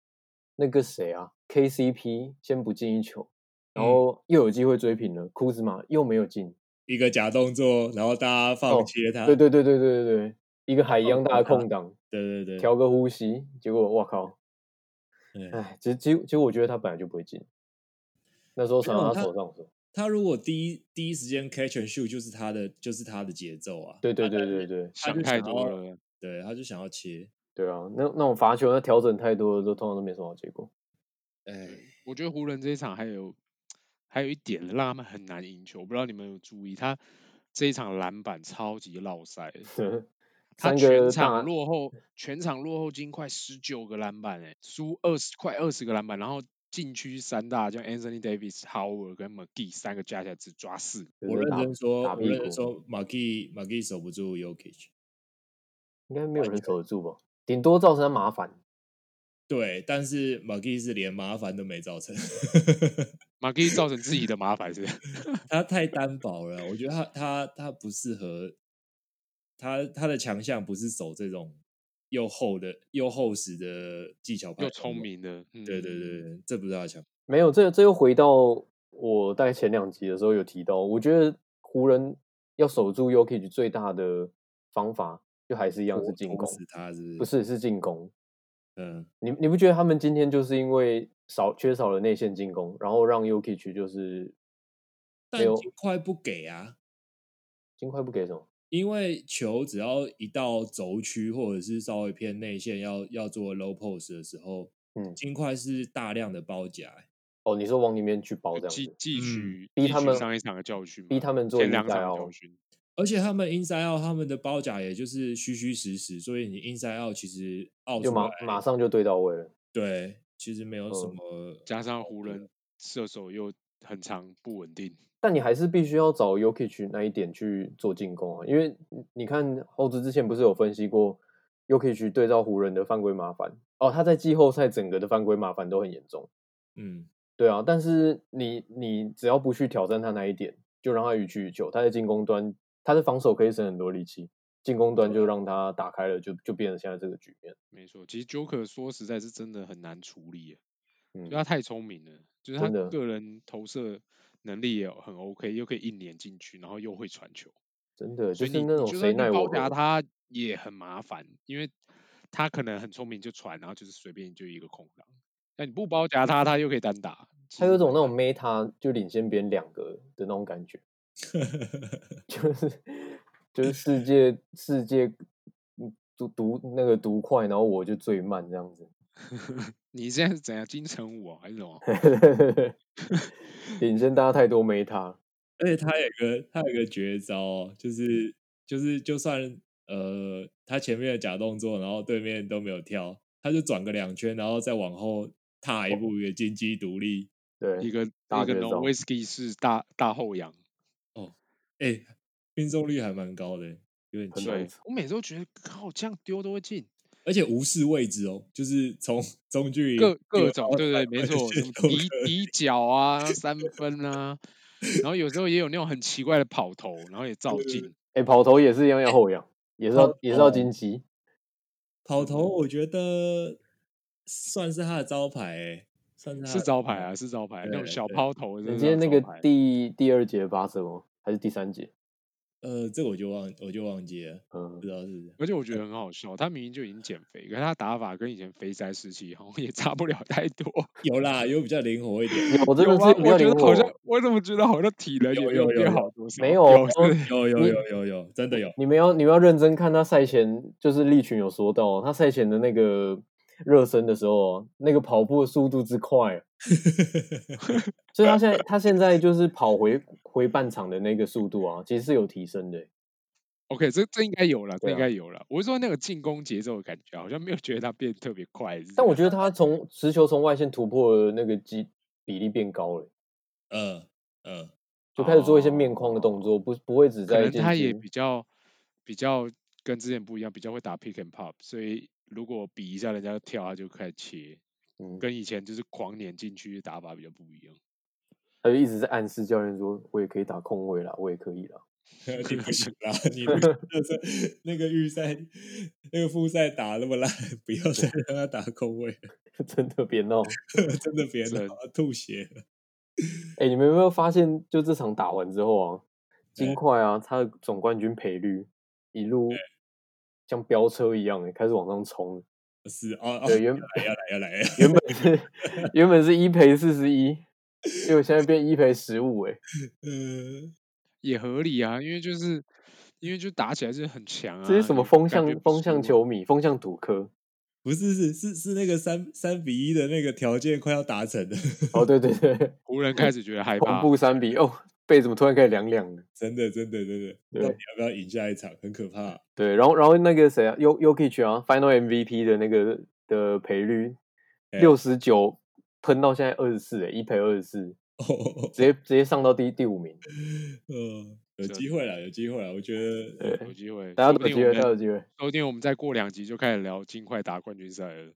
D: 那个谁啊，KCP 先不进一球，然
C: 嗯
D: 后又有机会追平了，库兹马又没有进。
C: 一个假动作，然后大家
D: 哦
C: 放切他，
D: 对对对对对对对，一个海一样大的
C: 啊空
D: 空档，
C: 对对对，
D: 调个呼吸，结果我靠，
C: 对
D: 哎，其实其实其实我觉得他本来就不会进，那时候传
C: 没有
D: 到他
C: 他
D: 手上的时候，
C: 他如果第一第一时间 catch and shoot 就是他的就是他的节奏啊，
D: 对对对对对
C: 他
B: 想
C: 就
B: 太
C: 想
B: 多
C: 要
B: 了，
C: 对，他就想要切，
D: 对啊，那那种罚球那调整太多了，都通常都没什么好结果。
C: 哎，
B: 我觉得湖人这一场还有还有一点让他们很难赢球，我不知道你们有没有注意，他这一场篮板超级落塞的，他
D: 三
B: 全
D: 个
B: 场
D: 大
B: 落后，全场落后金快十九个篮板、欸，哎，输二十快二十个篮板，然后禁区三大将 Anthony Davis、Howard 跟 McGee 三个加起来只抓四个，
D: 就是
C: 我认
D: 打
C: 真说，
D: 打
C: 我
D: 屁
C: 认真
D: 股，
C: 说，马基马基守不住 Yokich，
D: 应该没有人守得住吧？顶多造成他麻烦。
C: 对，但是马基是连麻烦都没造成。
B: McGee 造成自己的麻烦是不 是
C: 他太单薄了，我觉得他他他不适合，他他的强项不是守这种又厚的又厚实的技巧派，
B: 又聪，明的，嗯、
C: 对对对，对这不是他的强。
D: 没有，这这又回到我大概前两集的时候有提到，我觉得湖人要守住 Yokich 最大的方法，就还是一样是
C: 拖
D: 进
C: 拖
D: 攻，
C: 死他是不是？
D: 不，是是进攻。
C: 嗯，
D: 你你不觉得他们今天就是因为少缺少了内线进攻，然后让 Yokich 就是
C: 但
D: 没有
C: 金块不给啊，
D: 金块不给什么？
C: 因为球只要一到轴区或者是稍微偏内线要要做 low post 的时候，
D: 嗯
C: 金块是大量的包夹、欸
D: 哦，你说往里面去包
B: 就
D: 这样
B: 汲
D: 子，
B: 汲
A: 嗯
B: 取
D: 逼
B: 汲
D: 他
B: 取
D: 们
B: 上一场的教训嘛，
D: 逼他们做哦
B: 前两
D: inside
B: 场的教
D: out
B: 训，
C: 而且他们 inside out 他们的包夹也就是虚虚实实，所以你 inside out 其实 out
D: 就
C: 出
D: 马
C: 来
D: 马上就对到位了。
C: 对，其实没有什
B: 哦
D: 嗯
C: 么
B: 加上
C: 好
B: 湖
C: 的
B: 人射手又很长不稳定，
D: 但你还是必须要找 Yokich 那一点去做进攻啊，因为你你看后知之前不是有分析过 Yokich 对照湖人的犯规麻烦哦，他在季后赛整个的犯规麻烦都很严重，
C: 嗯，
D: 对啊，但是你你只要不去挑战他那一点，就让他予取予求，他在进攻端他的防守可以省很多力气，进攻端就让他打开了，就就变成现在这个局面。
B: 没错，其实 Joker 说实在是真的很难处理、欸，
D: 嗯
B: 就，他太聪明了，就是他
D: 真的
B: 个人投射能力也很 OK，又可以一年进去，然后又会传球，
D: 真的
B: 所
D: 就
B: 以
D: 是
B: 你
D: 那
B: 你
D: 种
B: 就
D: 谁
B: 算
D: 奈
B: 去
D: 我
B: 包
D: 何
B: 夹他也很麻烦，因为他可能很聪明就传，然后就是随便就一个空档，但你不包夹他，他又可以单打，其
D: 他有
B: 实
D: 种
B: 蛮
D: 那种
B: 难
D: meta 就领先别人两个的那种感觉，就是就是啊世界世界嗯独独那个独快，然后我就最慢这样子，
B: 你现在是怎样金城武、啊、还是什么？
D: 领先大家太多 meta，
C: 而且他有一个他有一个绝招哦，就是就是就算呃他前面的假动作，然后对面都没有跳，他就转个两圈，然后再往后踏一步，一个金鸡独立。
B: 一
D: 对，
B: 个
D: 大
B: 一个
D: 绝
B: No
D: 招
B: Whisky 是大大后仰。
C: 哎、命中率还蛮高的，有点
D: 很
C: 奇怪
D: 难
B: 对
D: 猜，
B: 我每次都觉得靠这样丢都会进，
C: 而且无视位置哦，就是从中距离
B: 各
C: 丢
B: 各
C: 到
B: 种，
C: 外
B: 对对，
C: 面
B: 没错，
C: 去
B: 什么
C: 都
B: 底
C: 可以
B: 底角啊、三分啊，然后有时候也有那种很奇怪的跑投，然后也照进。
D: 哎、跑头也是一样要后仰，也是要、
C: 跑
D: 也是要
C: 头
D: 金鸡。
C: 跑
B: 嗯
C: 头，我觉得算是他的招牌、欸，算是他
B: 是
C: 的
B: 招牌啊，是招牌，那种
C: 嗯对
B: 小
C: 对
B: 抛投真的
D: 你今天
B: 是
D: 那
B: 招
D: 个
B: 牌
D: 第第二节发射吗？还是第三节？
C: 呃，这个我就忘，我就忘记了，
D: 嗯
C: 不，知道是不是。
B: 而且我觉得很好笑，他明明就已经减肥，可是他打法跟以前肥宅时期好像也差不了太多。
C: 有啦，有比较灵活一点，
D: 我真的
B: 有
D: 是
B: 吗？
D: 比较
B: 我觉
D: 灵
B: 得
D: 活
B: 好。像，我怎么觉得好像体能也
C: 有
B: 没
C: 有有
B: 变
C: 有
B: 好多少？
D: 没有
B: 有
D: 我
B: 是
C: 有有
D: 你
C: 有有有，真的有。
D: 你们要你们要认真看他赛前，就是利群有说到，他赛前的那个热身的时候，那个跑步的速度之快，所以他现在他现在就是跑回回半场的那个速度啊，其实是有提升的。
B: OK，这这应该有了，这
D: 对
B: 应
D: 啊
B: 该有了。我是说那个进攻节奏的感觉，好像没有觉得他变得特别快。是
D: 但我
B: 这
D: 觉得他从持球从外线突破的那个机比例变高了，
C: 嗯嗯，
D: 就开始做一些面框的动作，不不会
B: 哦
D: 只
B: 样可
D: 在
B: 能
D: 进
B: 他也
D: 攻。
B: 比较比较跟之前不一样，比较会打 pick and pop，所以如果比一下人家跳，他就开始切，
D: 嗯，
B: 跟以前就是狂撵进去的打法比较不一样。
D: 他就一直在暗示教练说，我也可以打空位啦，我也可以啦。
C: 你不行啦， 你不行，就是那个预赛、那个复赛打那么烂，不要再让他打空位了，
D: 真的 别闹！
C: 真的别
B: 真
C: 闹，吐血了。
D: 哎、你们有没有发现，就这场打完之后啊，金
C: 哎
D: 块啊，他的总冠军赔率一路像飙车一样、欸，开始往上冲。
C: 是哦哦，
D: 对，
C: 要
D: 原
C: 来要来要来，
D: 原本是原本是一赔四十一，结果现在变一赔十五， 哎，
C: 嗯，
B: 也合理啊，因为就是因为就打起来是很强啊。
D: 这是什么
B: 你
D: 风
B: 感觉
D: 向
B: 不
D: 风向
B: 输啊？
D: 球迷，风向赌客？
C: 不是是是是那个三三比一的那个条件快要达成了，
D: 哦，对对 对，
B: 湖人开始觉得 害
D: 同
B: 怕。
D: 步三比哦，背怎么突然开始凉凉的？
C: 真的真的真的，到
D: 对
C: 底要不要赢下一场？很可怕。
D: 对，然后然后那个谁啊，U U K 啊，Final MVP 的那个的赔率
C: 哎
D: 六十九喷到现在二十四，欸一赔二十四，
C: 哦，
D: 直接直接上到第第五名。
C: 嗯，有
B: 真
C: 机会了，有机会了，我觉得呃
D: 对，
B: 有机会，
D: 大家
B: 说
D: 都
B: 不定
D: 有机
B: 我
D: 会，
B: 们
D: 大家
B: 再
D: 有机会。
B: 说不定我们再过两集就开始聊金块打冠军赛了，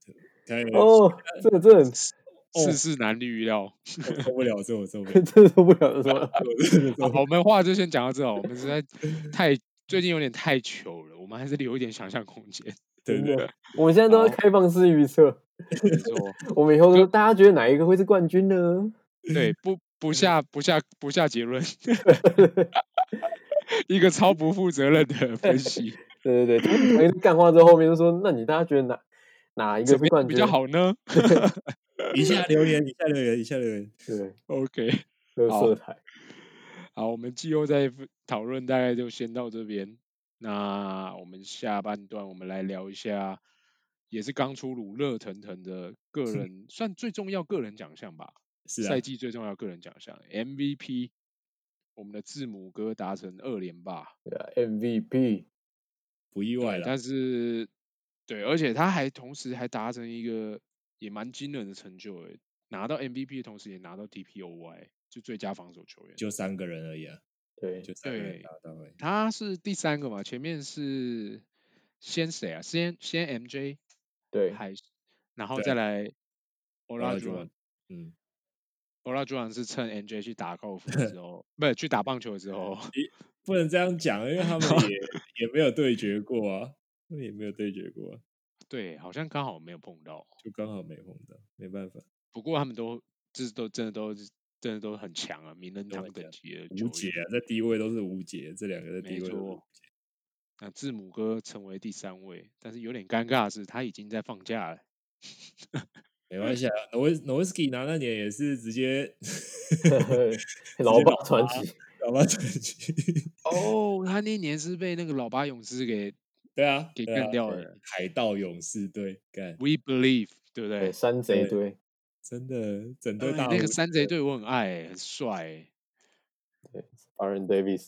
C: 开
D: 哦，这个真的 哦
B: 世事难预料。
C: 我受不了，这我受不了
D: 很，真的受不了 了。
C: 我真的受不
B: 好，
C: 了。
B: 我们话就先讲到这哦，我们实在太最近有点太糗了，我们还是留一点想象空间。
C: 对
D: 真
C: 对，
B: 啊
D: 的，我们现在都在
B: 好
D: 开放式预测，
B: 没错，
D: 我们以后
B: 哦就
D: 都大家觉得哪一个会是冠军呢？
B: 对，不不下不下不下结论， 一个超不负责任的分析，
D: 对对对，讲一堆干话之后，后面就说，那你大家觉得哪哪一个
B: 怎
D: 是
B: 么
D: 冠
B: 样比
D: 军
B: 较？好呢
C: 以下留言，以下留言，以下留言。
D: 对，
B: ？OK，
D: 乐
B: 好
D: 色台，
B: 好，我们季后赛讨论大概就先到这边。那我们下半段我们来聊一下，也是刚出炉热腾腾的个人，算最重要个人奖项吧，
C: 是啊
B: 赛，季最重要个人奖项 MVP。我们的字母哥达成二连霸，
D: 对啊，MVP，
C: 不意外
B: 对，
C: 了。
B: 但是对，而且他还同时还达成一个也蛮惊人的成就，诶，拿到 MVP 的同时也拿到 DPOY，就最佳防守球员。
C: 就三个人而已啊，
D: 对，
C: 就三个人
B: 对
C: 打，到位。
B: 他是第三个嘛，前面是先谁啊？先先 MJ
D: 对，
B: 还是，然后
C: 对
B: 再来 o l a j u a
C: Olajuwon
B: n
C: 嗯，
B: o l a j u a n 是趁 MJ 去打高尔夫的时候，不是去打棒球的时候，
C: 不能这样讲，因为他们 也也没有对决过啊，他们也没有对决过、啊，
B: 对，好像刚好没有碰到。
C: 就刚好没碰到，没办法，
B: 不过他们都这都真的都是真的都很强啊，名人
C: 都
B: 堂
C: 很
B: 等
C: 强
B: 级的
C: 无
B: 球
C: 解
B: 员。
C: 啊，在低位都是无解，这两个在
B: 没
C: 低位都是无
B: 错，那字母哥成为第三位，但是有点尴尬的是，他已经在放假了。
C: 没关系啊。诺诺维斯基拿那年也是直 接
D: 老爸传奇，
C: 老八传奇，
B: 哦， 他那年是被那个老八勇士给
C: 对啊，
B: 给
C: 对
B: 干
C: 啊
B: 掉
D: 对
B: 了。
C: 海盗勇士队干，
B: We believe，对不对
D: 对，？山贼
C: 对
D: 队，
C: 真的整队
B: 哎
C: 大、
B: 那个山贼队我很爱、很帅、欸。
D: a r o n Davis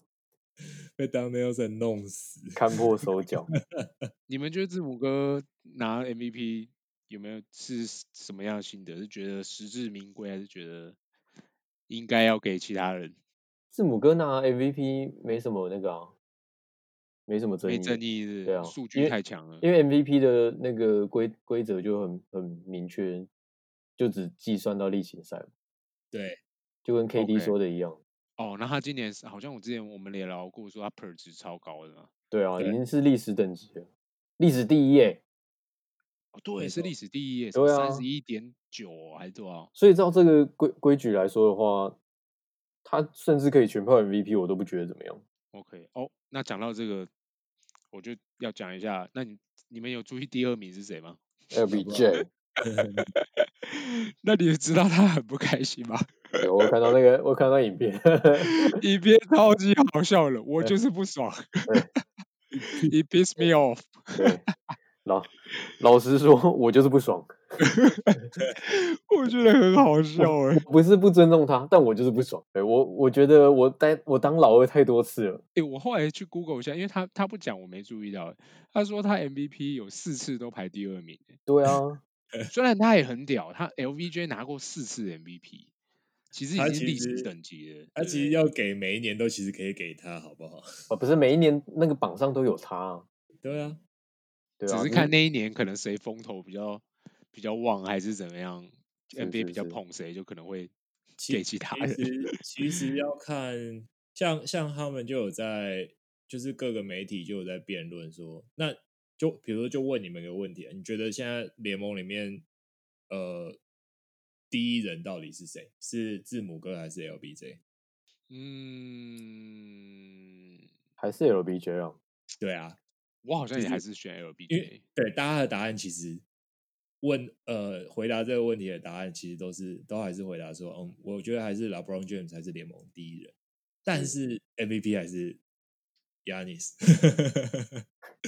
C: 被当 Nelson 弄死，
D: 看破手脚，
B: 你们觉得字母哥拿 MVP 有没有是什么样的心得？是觉得实至名归，还是觉得应该要给其他人？
D: 字母哥拿 MVP 没什么那个啊，没什么争
B: 没
D: 议。
B: 争议是
D: 对啊
B: 数
D: 因
B: 据
D: 为
B: 太强了。
D: 因为 MVP 的那个规规则就很很明确，就只计算到例行赛嘛，
C: 对，
D: 就跟 KD
B: OK
D: 说的一样。
B: 哦，那他今年是好像我之前我们也聊过，说他 per 值超高的嘛。
D: 对啊，
C: 对
D: 已经是历史等级了，历史第一耶。
B: 哦，对，
C: 没
B: 是历史第一耶，
D: 对啊
B: 三十一点九还是多少？
D: 所以照这个规规矩来说的话，他甚至可以全票 MVP，我都不觉得怎么样。
B: OK，哦，那讲到这个，我就要讲一下，那你你们有注意第二名是谁吗？
D: LBJ，
B: 那你知道他很不开心吗？
D: 有我看到那个，我看到影片，
B: 一边超级好笑了，我就是不爽，It piss me off。
D: 对，老老实说， 我就是不爽，
B: 我觉得很好 笑哎、欸，
D: 不是不尊重他，但我就是不爽。对我，我觉得我当我当老二太多次了。
B: 我后来去 Google 一下，因为他他不讲我没注意到欸，他说他 MVP 有四次都排第二名 欸、
D: 对啊，
B: 虽然他也很屌，他 LVJ 拿过四次 MVP，其实已
C: 他
B: 经
C: 其
B: 历史
C: 实
B: 等级了。
C: 他
B: 对不
C: 其实
B: 对
C: 要给每一年都其实可以给他，好不好？
D: 啊不是每一年那个榜上都有他、啊，
C: 对啊，
D: 对啊，
B: 只是
D: 你
B: 看那一年可能谁风头比较比较旺，还是怎么样
D: 是
B: ，NBA 比
D: 是
B: 较
D: 是
B: 捧谁，就可能会
C: 其
B: 给其他
C: 其
B: 人。
C: 实其实要看，像像他们就有在，就是各个媒体就有在辩论说，那就比如说就问你们一个问题，啊你觉得现在联盟里面，呃，第一人到底是谁？是字母哥还是 LBJ？
B: 嗯，
D: 还是 LBJ 啊，
C: 对啊，
B: 我好像
C: 就
B: 也还
C: 是
B: 是选
C: 因为
B: LBJ。
C: 对大家的答案其实问呃回答这个问题的答案其实都是都还是回答说，嗯，我觉得还是 LeBron James 才是联盟第一人，但是 MVP 还是 Yanis，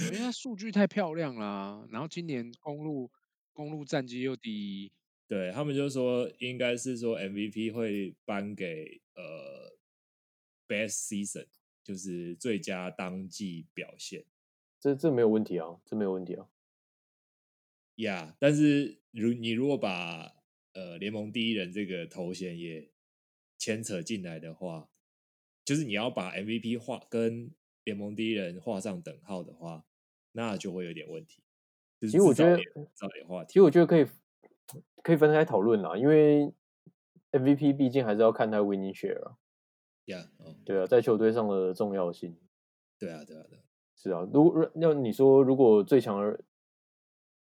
B: 因为他数据太漂亮啦，然后今年公路公路战绩又第一，
C: 对他们就说应该是说 MVP 会颁给呃 Best Season，就是最佳当季表现。
D: 这这没有问题啊，这没有问题啊。
C: 呀但是如你如果把呃联盟第一人这个头衔也牵扯进来的话，就是你要把 MVP 画跟联盟第一人画上等号的话，那就会有点问题。其
D: 其实我觉得
C: 找点话题
D: 其实我觉得可以可以分开讨论啦，因为 MVP 毕竟还是要看他 winning share 啊，
C: 呀哦，
D: 对啊，在球队上的重要性
C: 对啊，对啊，对啊，
D: 是啊。如果要你说，如果最强的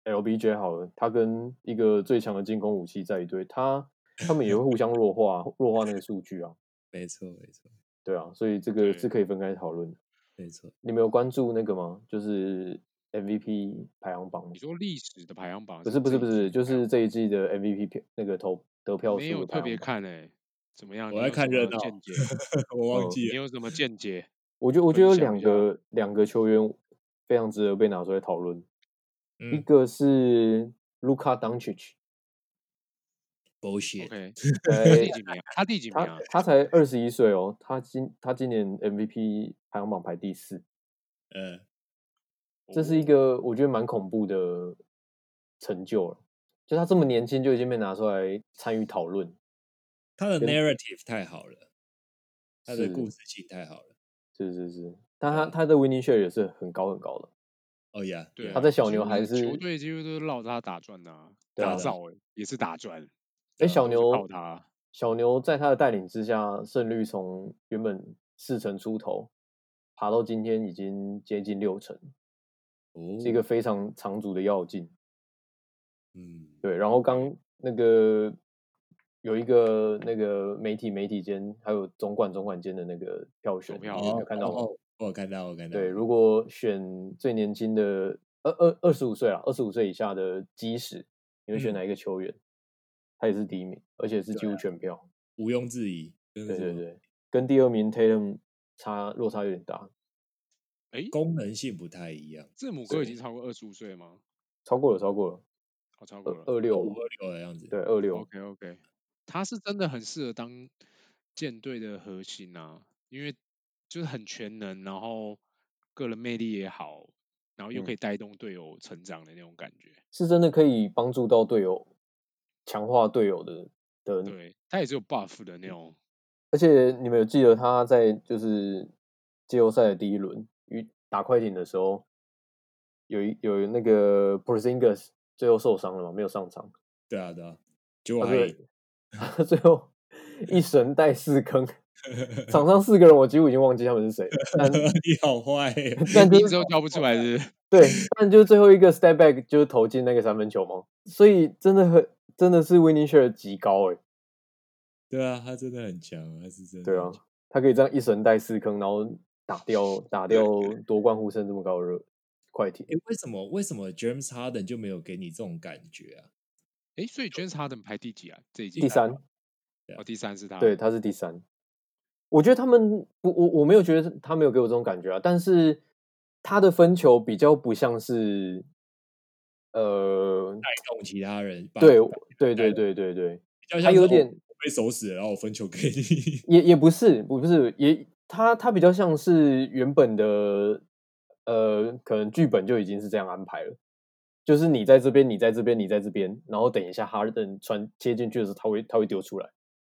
D: LBJ 好了，他跟一个最强的进攻武器在一堆，他他们也会互相弱化弱化那个数据啊，
C: 没错，没错，
D: 对啊，所以这个是
B: 对
D: 可以分开讨论的。
C: 没错。
D: 你们有关注那个吗？就是 MVP 排行榜吗
B: 你？说历史的排行榜
D: 不是不是
B: 这
D: 不
B: 一
D: 是，
B: 季
D: 就
B: 的排行
D: 是这一季的 MVP 票那个投得票
B: 没
D: 数
B: 有
D: 的排
B: 特
D: 行
B: 别
D: 榜。
B: 看诶、欸怎么样？
C: 我
B: 你
C: 在
B: 有什
C: 看热
B: 么
C: 闹
B: 见解？
C: 我忘
D: 嗯
C: 记
B: 你
C: 了，
B: 有什么见解？
D: 我觉得我觉得有
B: 分享
D: 两
B: 一下
D: 个两个球员非常值得被拿出来讨论，一
C: 嗯
D: 个是 Luka Doncic，
C: ，bullshit，
B: OK，他
D: 哎
B: 第，几名啊？他第几名
D: 他
B: 啊？
D: 他才二十一岁哦，他今他今年 MVP 排行榜排第四，
C: 呃，
D: 这是一
B: 哦
D: 个我觉得蛮恐怖的成就了。就他这么年轻就已经被拿出来参与讨论，
C: 他的
D: 跟
C: narrative 太好了，他的
D: 是
C: 故事性太好了。
D: 是是是，但他他的 winning share 也是很高很高的，
C: 哦呀，
B: 对啊，
D: 他在小
B: 几
D: 牛
B: 乎
D: 还
B: 球
D: 是
B: 队几乎都是绕着他打转的、啊，
D: 对
B: 打
D: 啊
B: 造欸也是打转，
D: 哎，
C: 对啊
D: 小
B: 都是靠
D: 牛
B: 他。
D: 小牛在他的带领之下，胜率从原本四成出头，爬到今天已经接近六成，
C: 哦，
D: 是一
B: 嗯
D: 个非常长足的要进。
C: 嗯，
D: 对，然后刚那个有一个那个媒体媒体间，还有总管总管间的那个票选，你
B: 票
D: 们有
C: 哦，
D: 看到吗？
C: 哦？我有看到，我有看到。
D: 对，如果选最年轻的二二二十五岁啊，二十五岁以下的基石，你会选
C: 嗯
D: 哪一个球员？他也是第一名，而且是几乎全票。
C: 毋庸置疑，真的
D: 对
C: 是
D: 对
C: 无
D: 对，跟第二名 Tatum 差落差有点大，
B: 诶，
C: 功能性不太一样，
B: 字母哥已
D: 对
B: 经超过二十五岁了吗？
D: 超过了，超过了，
B: 哦，超过
D: 二
B: 了。
D: 二
C: 有
D: 六
C: 五
D: 嘛，
C: 二六的样子。
D: 对，二六，
B: OK OK，他是真的很适合当舰队的核心啊，因为就是很全能，然后个人魅力也好，然后又可
D: 嗯
B: 以带动队友成长的那种感觉。
D: 是真的可以帮助到队友，强化队友的的，
B: 对他也是有 buff
D: 嗯
B: 的那种。
D: 而且你们有记得他在就是季后赛的第一轮遇打快艇的时候，有一有那个 Porzingis 最后受伤了嘛，没有上场，
C: 对啊，对啊，结果
D: 他
C: 还
D: 最
C: 赢
D: 他最后一神带四坑，场上四个人我几乎已经忘记他们是谁了， 但
C: 你好坏哦耶，
D: 但就
B: 你
D: 是
B: 之后叫不出来是不 是？
D: 对，但就是最后一个 step back 就是投进那个三分球嘛，所以真的很真的是 winning share 极高欸诶、
C: 对啊，他真的很强，他是真的
D: 对
C: 很
D: 啊
C: 强，，
D: 他可以这样一神带四坑，然后打掉打掉夺冠呼声这么高的热快艇。
C: 诶，为什么为什么 James Harden 就没有给你这种感觉啊？
B: 诶，所以 James Harden 排第几啊？这一季
D: 第三，
B: 哦，第三是他。
D: 对，，他是第三。我觉得他们，我我我没有觉得他没有给我这种感觉啊，但是他的分球比较不像是，呃，
C: 带动其他人，把
D: 对
C: 比
D: 对对对对对，
C: 较
D: 他
C: 像
D: 有
C: 是哦
D: 点
C: 我被手死了，然后我分球给你，
D: 也也不是，不是也他他比较像是原本的，呃，可能剧本就已经是这样安排了，就是你在这边，你在这边，你在这边，然后等一下哈登传切进去的时候，他会他会丢出来，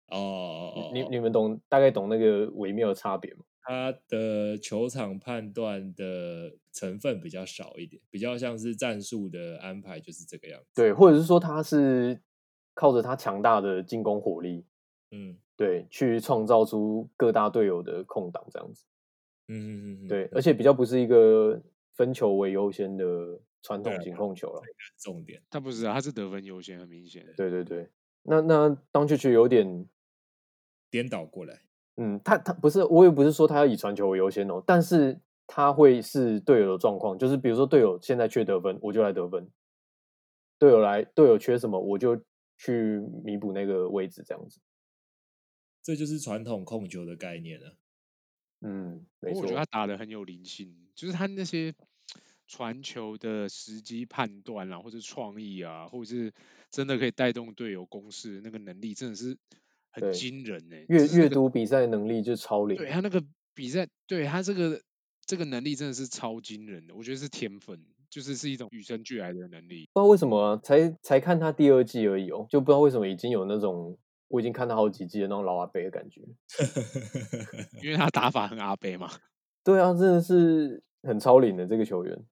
C: 哦哦哦，
D: 你
C: 哦
D: 你们懂大概懂那个微妙的差别吗？
C: 他的球场判断的成分比较少一点，比较像是战术的安排就是这个样子。
D: 对，或者是说他是靠着他强大的进攻火力，
C: 嗯
D: 对，去创造出各大队友的空档这样子。
C: 嗯嗯嗯，
D: 对，
C: 嗯
D: 而且比较不是一个分球为优先的传
C: 对
D: 统
C: 啊
D: 型控球了。
C: 重点
B: 他不是啊，他是得分优先，很明显。
D: 对对对，那那当确确有点，
C: 颠倒过来。
D: 嗯，他他不是，我也不是说他要以传球为优先哦，但是他会是队友的状况，就是比如说队友现在缺得分，我就来得分；队友来队友缺什么，我就去弥补那个位置，这样子。
C: 这就是传统控球的概念啊。
D: 嗯，没
B: 不过哦
D: 错
B: 我觉得。他打的很有灵性，就是他那些传球的时机判断啊，或者创意啊，或者是真的可以带动队友攻势，那个能力真的是
D: 对
B: 很惊人呢、
D: 阅
B: 就是那
D: 阅
B: 个
D: 读比赛能力就超龄，
B: 对他那个比赛，对他这个这个能力真的是超惊人的，我觉得是天分，就是是一种与生俱来的能力。
D: 不知道为什么啊、才才看他第二季而已哦，就不知道为什么已经有那种我已经看他好几季的那种老阿伯的感觉。
B: 因为他打法很阿贝嘛，
D: 对啊，真的是很超龄的这个球 员。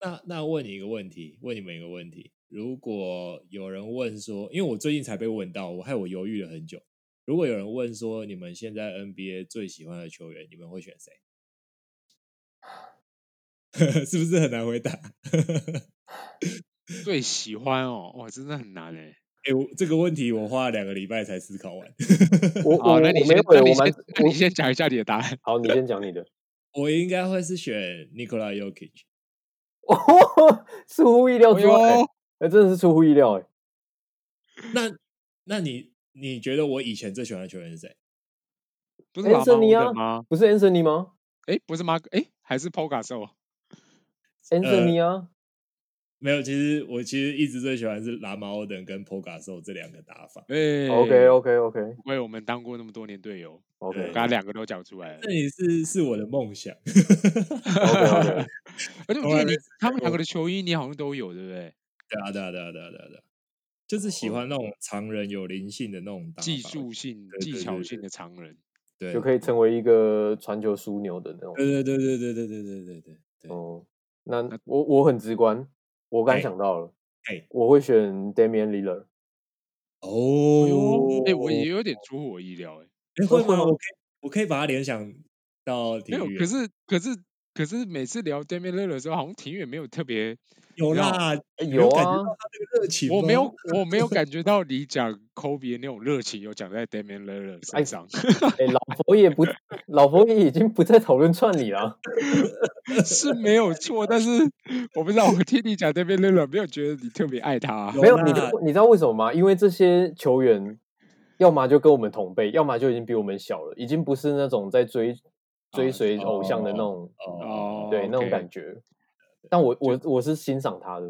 C: 那那问你一个问题，问你们一个问题：如果有人问说，因为我最近才被问到，我害我犹豫了很久。如果有人问说，你们现在 NBA 最喜欢的球员，你们会选谁？ 是不是很难回答？
B: 最喜欢哦，哇，真的很难哎、
C: 哎、我这个问题我花了两个礼拜才思考完。
D: 我
B: 好，
D: 我
B: 那你
D: 我没
B: 先
D: 有，
B: 那
D: 欸
B: 你
D: 我
B: 先
D: 蛮，
B: 那你
D: 我
B: 先讲一下你的答案。
D: 好，你先讲你的。
C: 我应该会是选 Nikola Jokic。
D: 出乎意料
B: 哎
D: 之外、欸，
B: 呦
D: 欸真的是出乎意料哎、欸
C: 那那你你觉得我以前最喜欢的球员是谁？
B: 不是
D: a
B: 老
D: n t h o
B: 马
D: n y
B: 的
D: 啊
B: 吗？，
D: 不是 Anthony 吗
B: 哎，不是马，哎，还是 Pogas 哦。
D: ？Anthony 啊，
C: 没有，其实我其实一直最喜欢是拉马奥登跟 p o g a s o 这两个打法。
B: 哎
D: OK OK OK
B: 因为我们当过那么多年队友，我
D: OK
B: 刚才两个都讲出来了
C: 这。也是是我的梦想。
D: OK，OK
B: 而且我
C: 从
B: 记
C: 来没
B: 得你
C: 有
B: 他们两个的球衣你好像都有，对不对？
C: 对啊，对啊，对啊，对啊，对啊，对啊，就是喜
D: 哦
C: 欢那种常人有灵性的那种打法，
B: 技术性
C: 对、对
B: 技
C: 对
B: 巧
C: 对
B: 性的常人。
C: 对，
D: 就可以成为一个传球枢纽的那种。
C: 对对对对对对对对对对对。
D: 哦，那
B: 那
D: 我我很直观，我刚
C: 哎
D: 想到了，
C: 哎
D: 我会选 Damian l i l l a r
B: 哎
C: 哦
B: 呦，，哎，我也有点出乎我意料，哎，
C: 哎会
D: 会
C: 吗？
D: 吗
C: 我可以我可以把它联想到体
B: 没有。
C: 育，
B: 可是可是可是每次聊 Damian l i l l a r 的时候，好像庭院没有特别，
C: 哎有
B: 你知道
C: 啦，你没
D: 有
C: 感觉到
D: 啊
C: 他那个热情吗？
B: 我没有我没有感觉到你讲 Kobe 的那种热情有讲在 Damian l i l l a r
D: 哎
B: 身上，
D: 哎，老佛爷不，老佛爷已经不再讨论串理 了。
B: 是没有错。但是我不知道，我听你讲 Damian l i l l a r 没有觉得你特别爱他啊。
D: 没有，你知
C: 啦哦
D: 道你知道为什么吗？因为这些球员，要么就跟我们同辈，要么就已经比我们小了，已经不是那种在追追
B: 啊
D: 随偶像的那种，
C: 哦，
D: 对那种
B: OK
D: 感觉。但我我我是欣赏他的。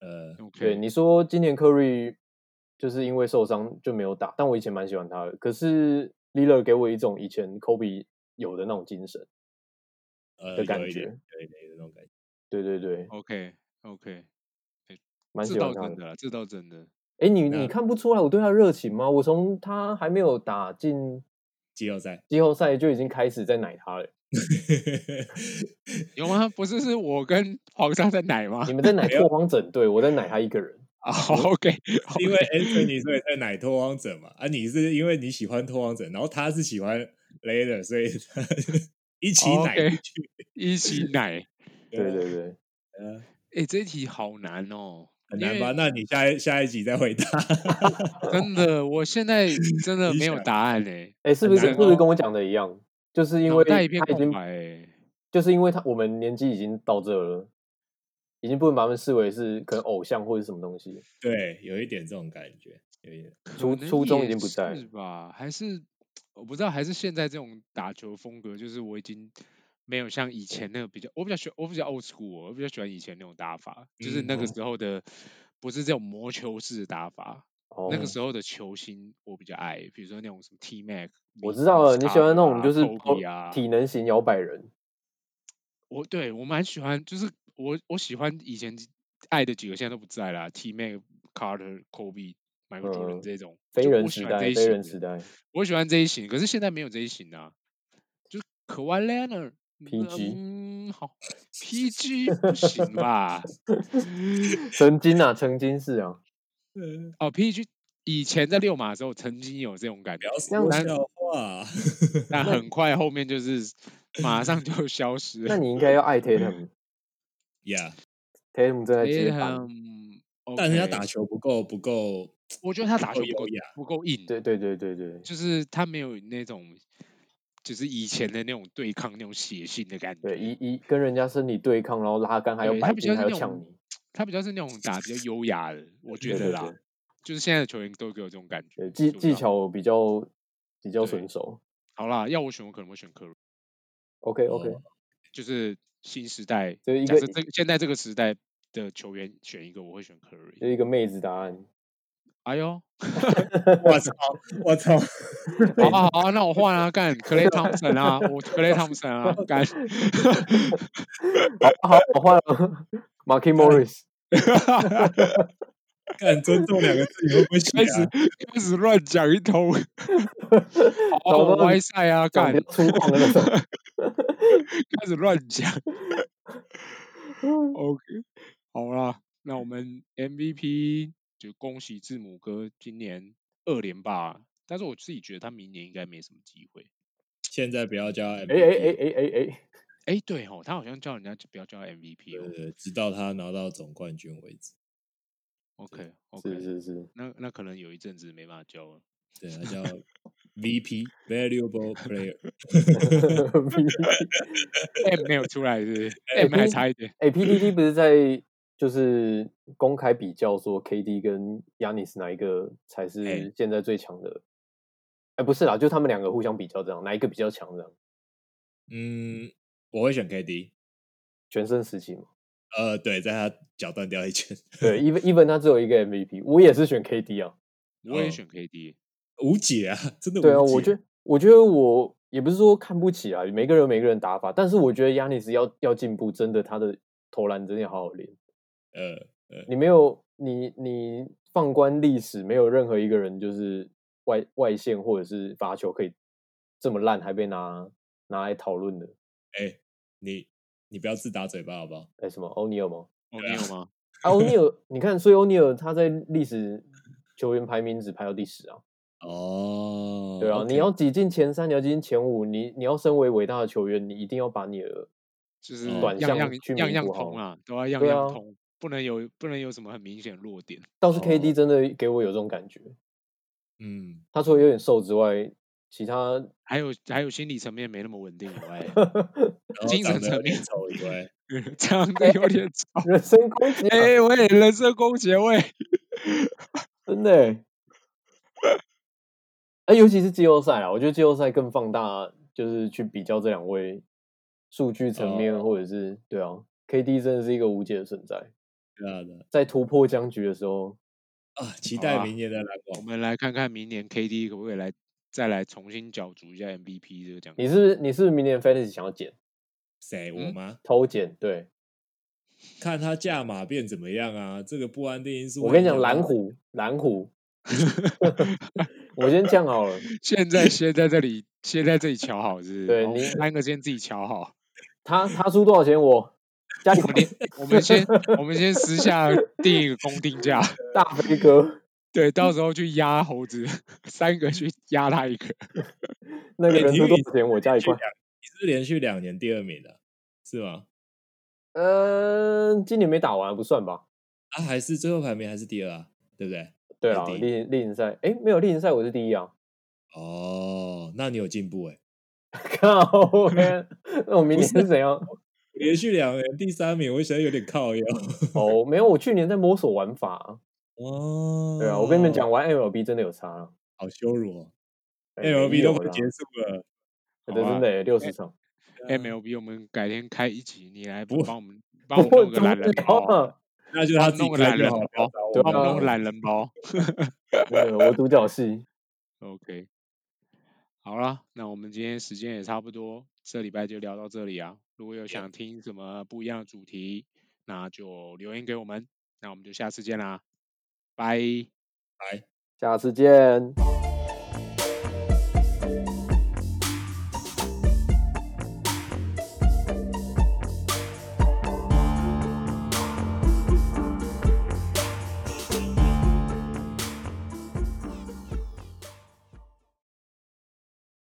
C: 呃，
D: 对，
B: OK，
D: 你说今年 Curry 就是因为受伤就没有打，但我以前蛮喜欢他的。可是 l i l l a r 给我一种以前 Kobe 有的那种精神。
C: 呃，
D: 的感
C: 有一点，
D: 觉
C: 有一点有那种感觉。
D: 对对对，
B: OK OK，
D: 蛮
B: 这
D: 喜欢
B: 哦倒
D: 他
B: 真
D: 的。
B: 的啦，这倒真的。
D: 哎，你
C: 那
D: 你看不出来我对他热情吗？我从他还没有打进
C: 季后赛，
D: 季后赛就已经开始在奶他了。
B: 有吗？不是，是我跟黄沙在奶吗
D: 你？ 们在奶拓荒整队，我在奶他一个人。
B: 啊，OK，
C: 因为 Anthony 所以在奶拓荒者嘛，啊，你是因为你喜欢拓荒者，然后他是喜欢 l a d e r 所以他 一起奶
B: 哦，OK
C: 进 去。
B: 一起奶。
D: 对对对，
C: 呃，
B: 哎、这一题好难哦，
C: 很
B: 因
C: 难
B: 为
C: 吧？那你下一下一集再回答。
B: 真的，我现在真 的
C: 你
B: 没有
C: 想
B: 答案哎、
D: 哎，是不是
B: 很
D: 是
B: 难
D: 不是
B: 哦
D: 跟我讲的一样？就是因
B: 脑
D: 为
B: 袋一片
D: 他已
B: 空
D: 经
B: 白、欸。
D: 就是因为他我们年纪已经到这了，已经不能把他们视为是可能偶像或者是什么东西。
C: 对，有一点这种感觉，有一点。
B: 可
D: 初
B: 能
D: 初衷已
B: 也
D: 经不在
B: 是吧？还是我不知道，还是现在这种打球风格，就是我已经没有像以前那个比较，我比较喜我比较 old school，我比哦较喜欢以前那种打法，就是那个
D: 嗯
B: 时候的不是这种魔球式的打法，
D: 哦，
B: 那个时候的球星我比较爱，比如说那种什么 T Mac，
D: 我知道了，你喜欢那种就是跑
B: 啊，
D: 体能型摇摆人。
B: 我对我蛮喜欢，就是我我喜欢以前爱的几个现在都不在啦，T Mac、Carter、Kobe、Michael Jordan
D: 嗯
B: 这种，
D: 非
B: 就
D: 人
B: 我
D: 时
B: 喜欢
D: 代
B: 这一
D: 非
B: 型
D: 人
B: 的
D: 时代
B: 我喜欢这一型，可是现在没有这一型啊，就是 k a w a l e n a r
D: PG
B: 嗯，好，PG 不行吧？
D: 曾经啊，曾经是啊，
C: 嗯，
B: 哦，PG 以前在六马的时候曾经有这种感
C: 不
B: 觉，
C: 要
D: 这样
C: 说
D: 子
C: 笑话。
B: 但很快后面就是马上就消失
D: 那
B: 了。
D: 你应该要爱 Tatum，Tatum
C: Yeah，
D: 正在接班。
B: Tatum，
C: 但是他
B: OK
C: 打球不够，不够。
B: 我觉得他打
C: 够
B: 球不够
C: 优雅
B: 不够硬，
D: 对对对对对
B: 就是他没有那种就是以前的那种对抗那种血性的感
D: 对，一
B: 觉，
D: 一跟人家身体对抗，然后拉杆，还要
B: 对他
D: 摆
B: 比
D: 进，
B: 较
D: 还
B: 是
D: 要
B: 那
D: 抢
B: 种
D: 你。
B: 他比较是那种打比较优雅的，我觉
D: 对
B: 得
D: 对
B: 啦，
D: 对
B: 就是现在的球员都给我这种感觉。
D: 对，技
B: 我不知
D: 技
B: 道
D: 巧比较比较
B: 对
D: 纯熟。
B: 好啦，要我选，我可能会选科鲁，
D: OK OK，
C: 哦
B: 就是新时代。
D: 所以一
B: 假
D: 个
B: 设这现在这个时代的球员选一个，我会选科
D: 就
B: 瑞。
D: 一个妹子答 案。
B: 哎 呦，
C: 我操！我操！
B: 好啊好啊，那我换啊， 干 Clay Thompson 啊，我 Clay Thompson 啊，干
D: 好好，我换了 Marky Morris。
C: 敢尊重两个字，你会不会写
B: 开
C: 啊
B: 始？开始乱讲一通，
D: 找
B: 好
D: 到
B: 歪赛啊，
D: 讲
B: 干
D: 比较粗犷的那 种。
B: 开始乱讲。OK，好啦，那
D: 嗯
B: 我们 MVP 就恭喜字母哥今年二连霸，但是我自己觉得他明年应该没什么机会。
C: 现在不要叫他 MVP，
D: 哎哎哎哎哎哎，
B: 哎，对哦，他好像叫人家不要叫他 MVP 哦。
C: 呃，直到他拿到总冠军为止。
B: OK
D: 是
B: OK，
D: 是是，
B: 那那可能有一阵子没办法叫了。
C: 对，他叫 VP Valuable Player。
B: M 没有出来是不 是，M 还差一点。
D: 哎，PDD 不是在就是公开比较说 KD 跟 Yanis 哪一个才是
C: 哎
D: 现在最强的？哎，不是啦，就他们两个互相比较这样，哪一个比较强这样？
C: 嗯，我会选 KD。
D: 全盛时期嘛，
C: 呃，对，在他脚断掉一圈，
D: 对，even even 他只有一个 MVP，我也是选 KD 啊。
B: 我也
C: 哦
B: 选 KD，
C: 无解啊，真的无解。
D: 对啊，我觉得我觉得我也不是说看不起啊，每个人有每个人打法，但是我觉得 Yanis 要要进步，真的他的投篮真的要好好练。
C: 呃，
D: 你没有你你放观历史，没有任何一个人就是外外线或者是罚球可以这么烂，还被拿拿来讨论的。
C: 哎，你你不要自打嘴巴好不好？
D: 哎，什么欧尼尔吗？
B: 哦，你有吗？
D: 啊，欧尼尔，你看，所以欧尼尔他在历史球员排名只排到 第十啊。
C: 哦，
D: 对啊
C: OK
D: 你要挤进前三，你要挤进前五，你你要身为伟大的球员，你一定要把你的
B: 就是
C: 嗯
D: 短
B: 样
D: 项
B: 样
D: 去
B: 样
D: 弥
B: 样
D: 补好
B: 通啊，都要样
D: 对
B: 样
D: 啊
B: 通，不能有不能有什么很明显的弱点。
D: 倒是
C: 哦
D: KD 真的给我有这种感觉，
C: 嗯，
D: 他除了有点瘦之外，其他
B: 还有还有心理层面没那么稳定以外，
C: 然后
B: 精神
C: 长得有点
B: 层面
C: 丑以外，
B: 这样子有点吵。
D: 人身攻击啊、
B: 哎、喂，人身攻击喂，
D: 真的欸。哎、尤其是季后赛啊，我觉得季后赛更放大，就是去比较这两位数据层面，
C: 哦
D: 或者是对啊，KD 真的是一个无解的存在，
C: 对啊，对啊
D: 在突破僵局的时候，
C: 啊，期
B: 好
C: 待
B: 啊
C: 明年的篮
B: 我
C: 网。
B: 们来看看明年 KD 可不可以来再来重新角逐一下 MVP 这个奖项。
D: 你是不是你是不是明年 Fantasy 想要减
C: 谁我
B: 嗯
C: 吗？
D: 偷减？对
C: 看他价码变怎么样啊？这个不安定因素。
D: 我跟你讲，蓝，虎蓝虎我先这样好了，
B: 现在先在这里，先在这里瞧好，是不是？
D: 对
B: 我
D: 你
B: 们三个先自己瞧好。
D: 他他出多少钱我加起
B: 我们连
D: 来
B: 我们 先我们先私下定一个公定价，
D: 大飞哥
B: 对，到时候去压猴子，三个去压他一个。
D: 那个
C: 哎
D: 人
C: 体
D: 出
C: 育
D: 多
C: 你
D: 少钱我加一
C: 去
D: 块
C: 两，。你是不是连续两年第二名的、是吗？
D: 嗯，今年没打完不算吧？
C: 啊，还是最后排名还是第二啊？对不对？
D: 对
C: 还
D: 啊，
C: 第一
D: 例例行赛，哎，没有例行赛我是第一啊。
C: 哦，那你有进步哎、
D: 靠呗，那我明年是 怎样？
C: 连续两年第三名，我觉得有点靠腰。
D: 哦，没有，我去年在摸索玩法啊。
C: 哦，
D: 对啊，我跟你们讲，，玩 MLB 真的有差啊。
C: 好羞辱哦
D: 哎
C: ，MLB 都
D: 没有
C: 快
D: 啦
C: 结束了，
D: 对，
B: 好吧
D: 真的六十场。
B: MLB，我们改天开一集，你来
C: 不
B: 帮我们帮我们弄个
D: 怎么
B: 懒人
D: 聊
B: 包好
D: 啊
B: 了，
C: 那就
B: 帮
C: 他
B: 我
C: 自己
B: 们弄个
C: 开
B: 懒
C: 就
B: 人
C: 好了
B: 包
D: 对
B: 帮我们弄
D: 啊
B: 个懒人包。
D: 对，我独角戏。
B: OK，好啦，那我们今天时间也差不多，这礼拜就聊到这里啊。如果有想听什么不一样的主题，那就留言给我们，那我们就下次见啦，拜。
D: 下次见。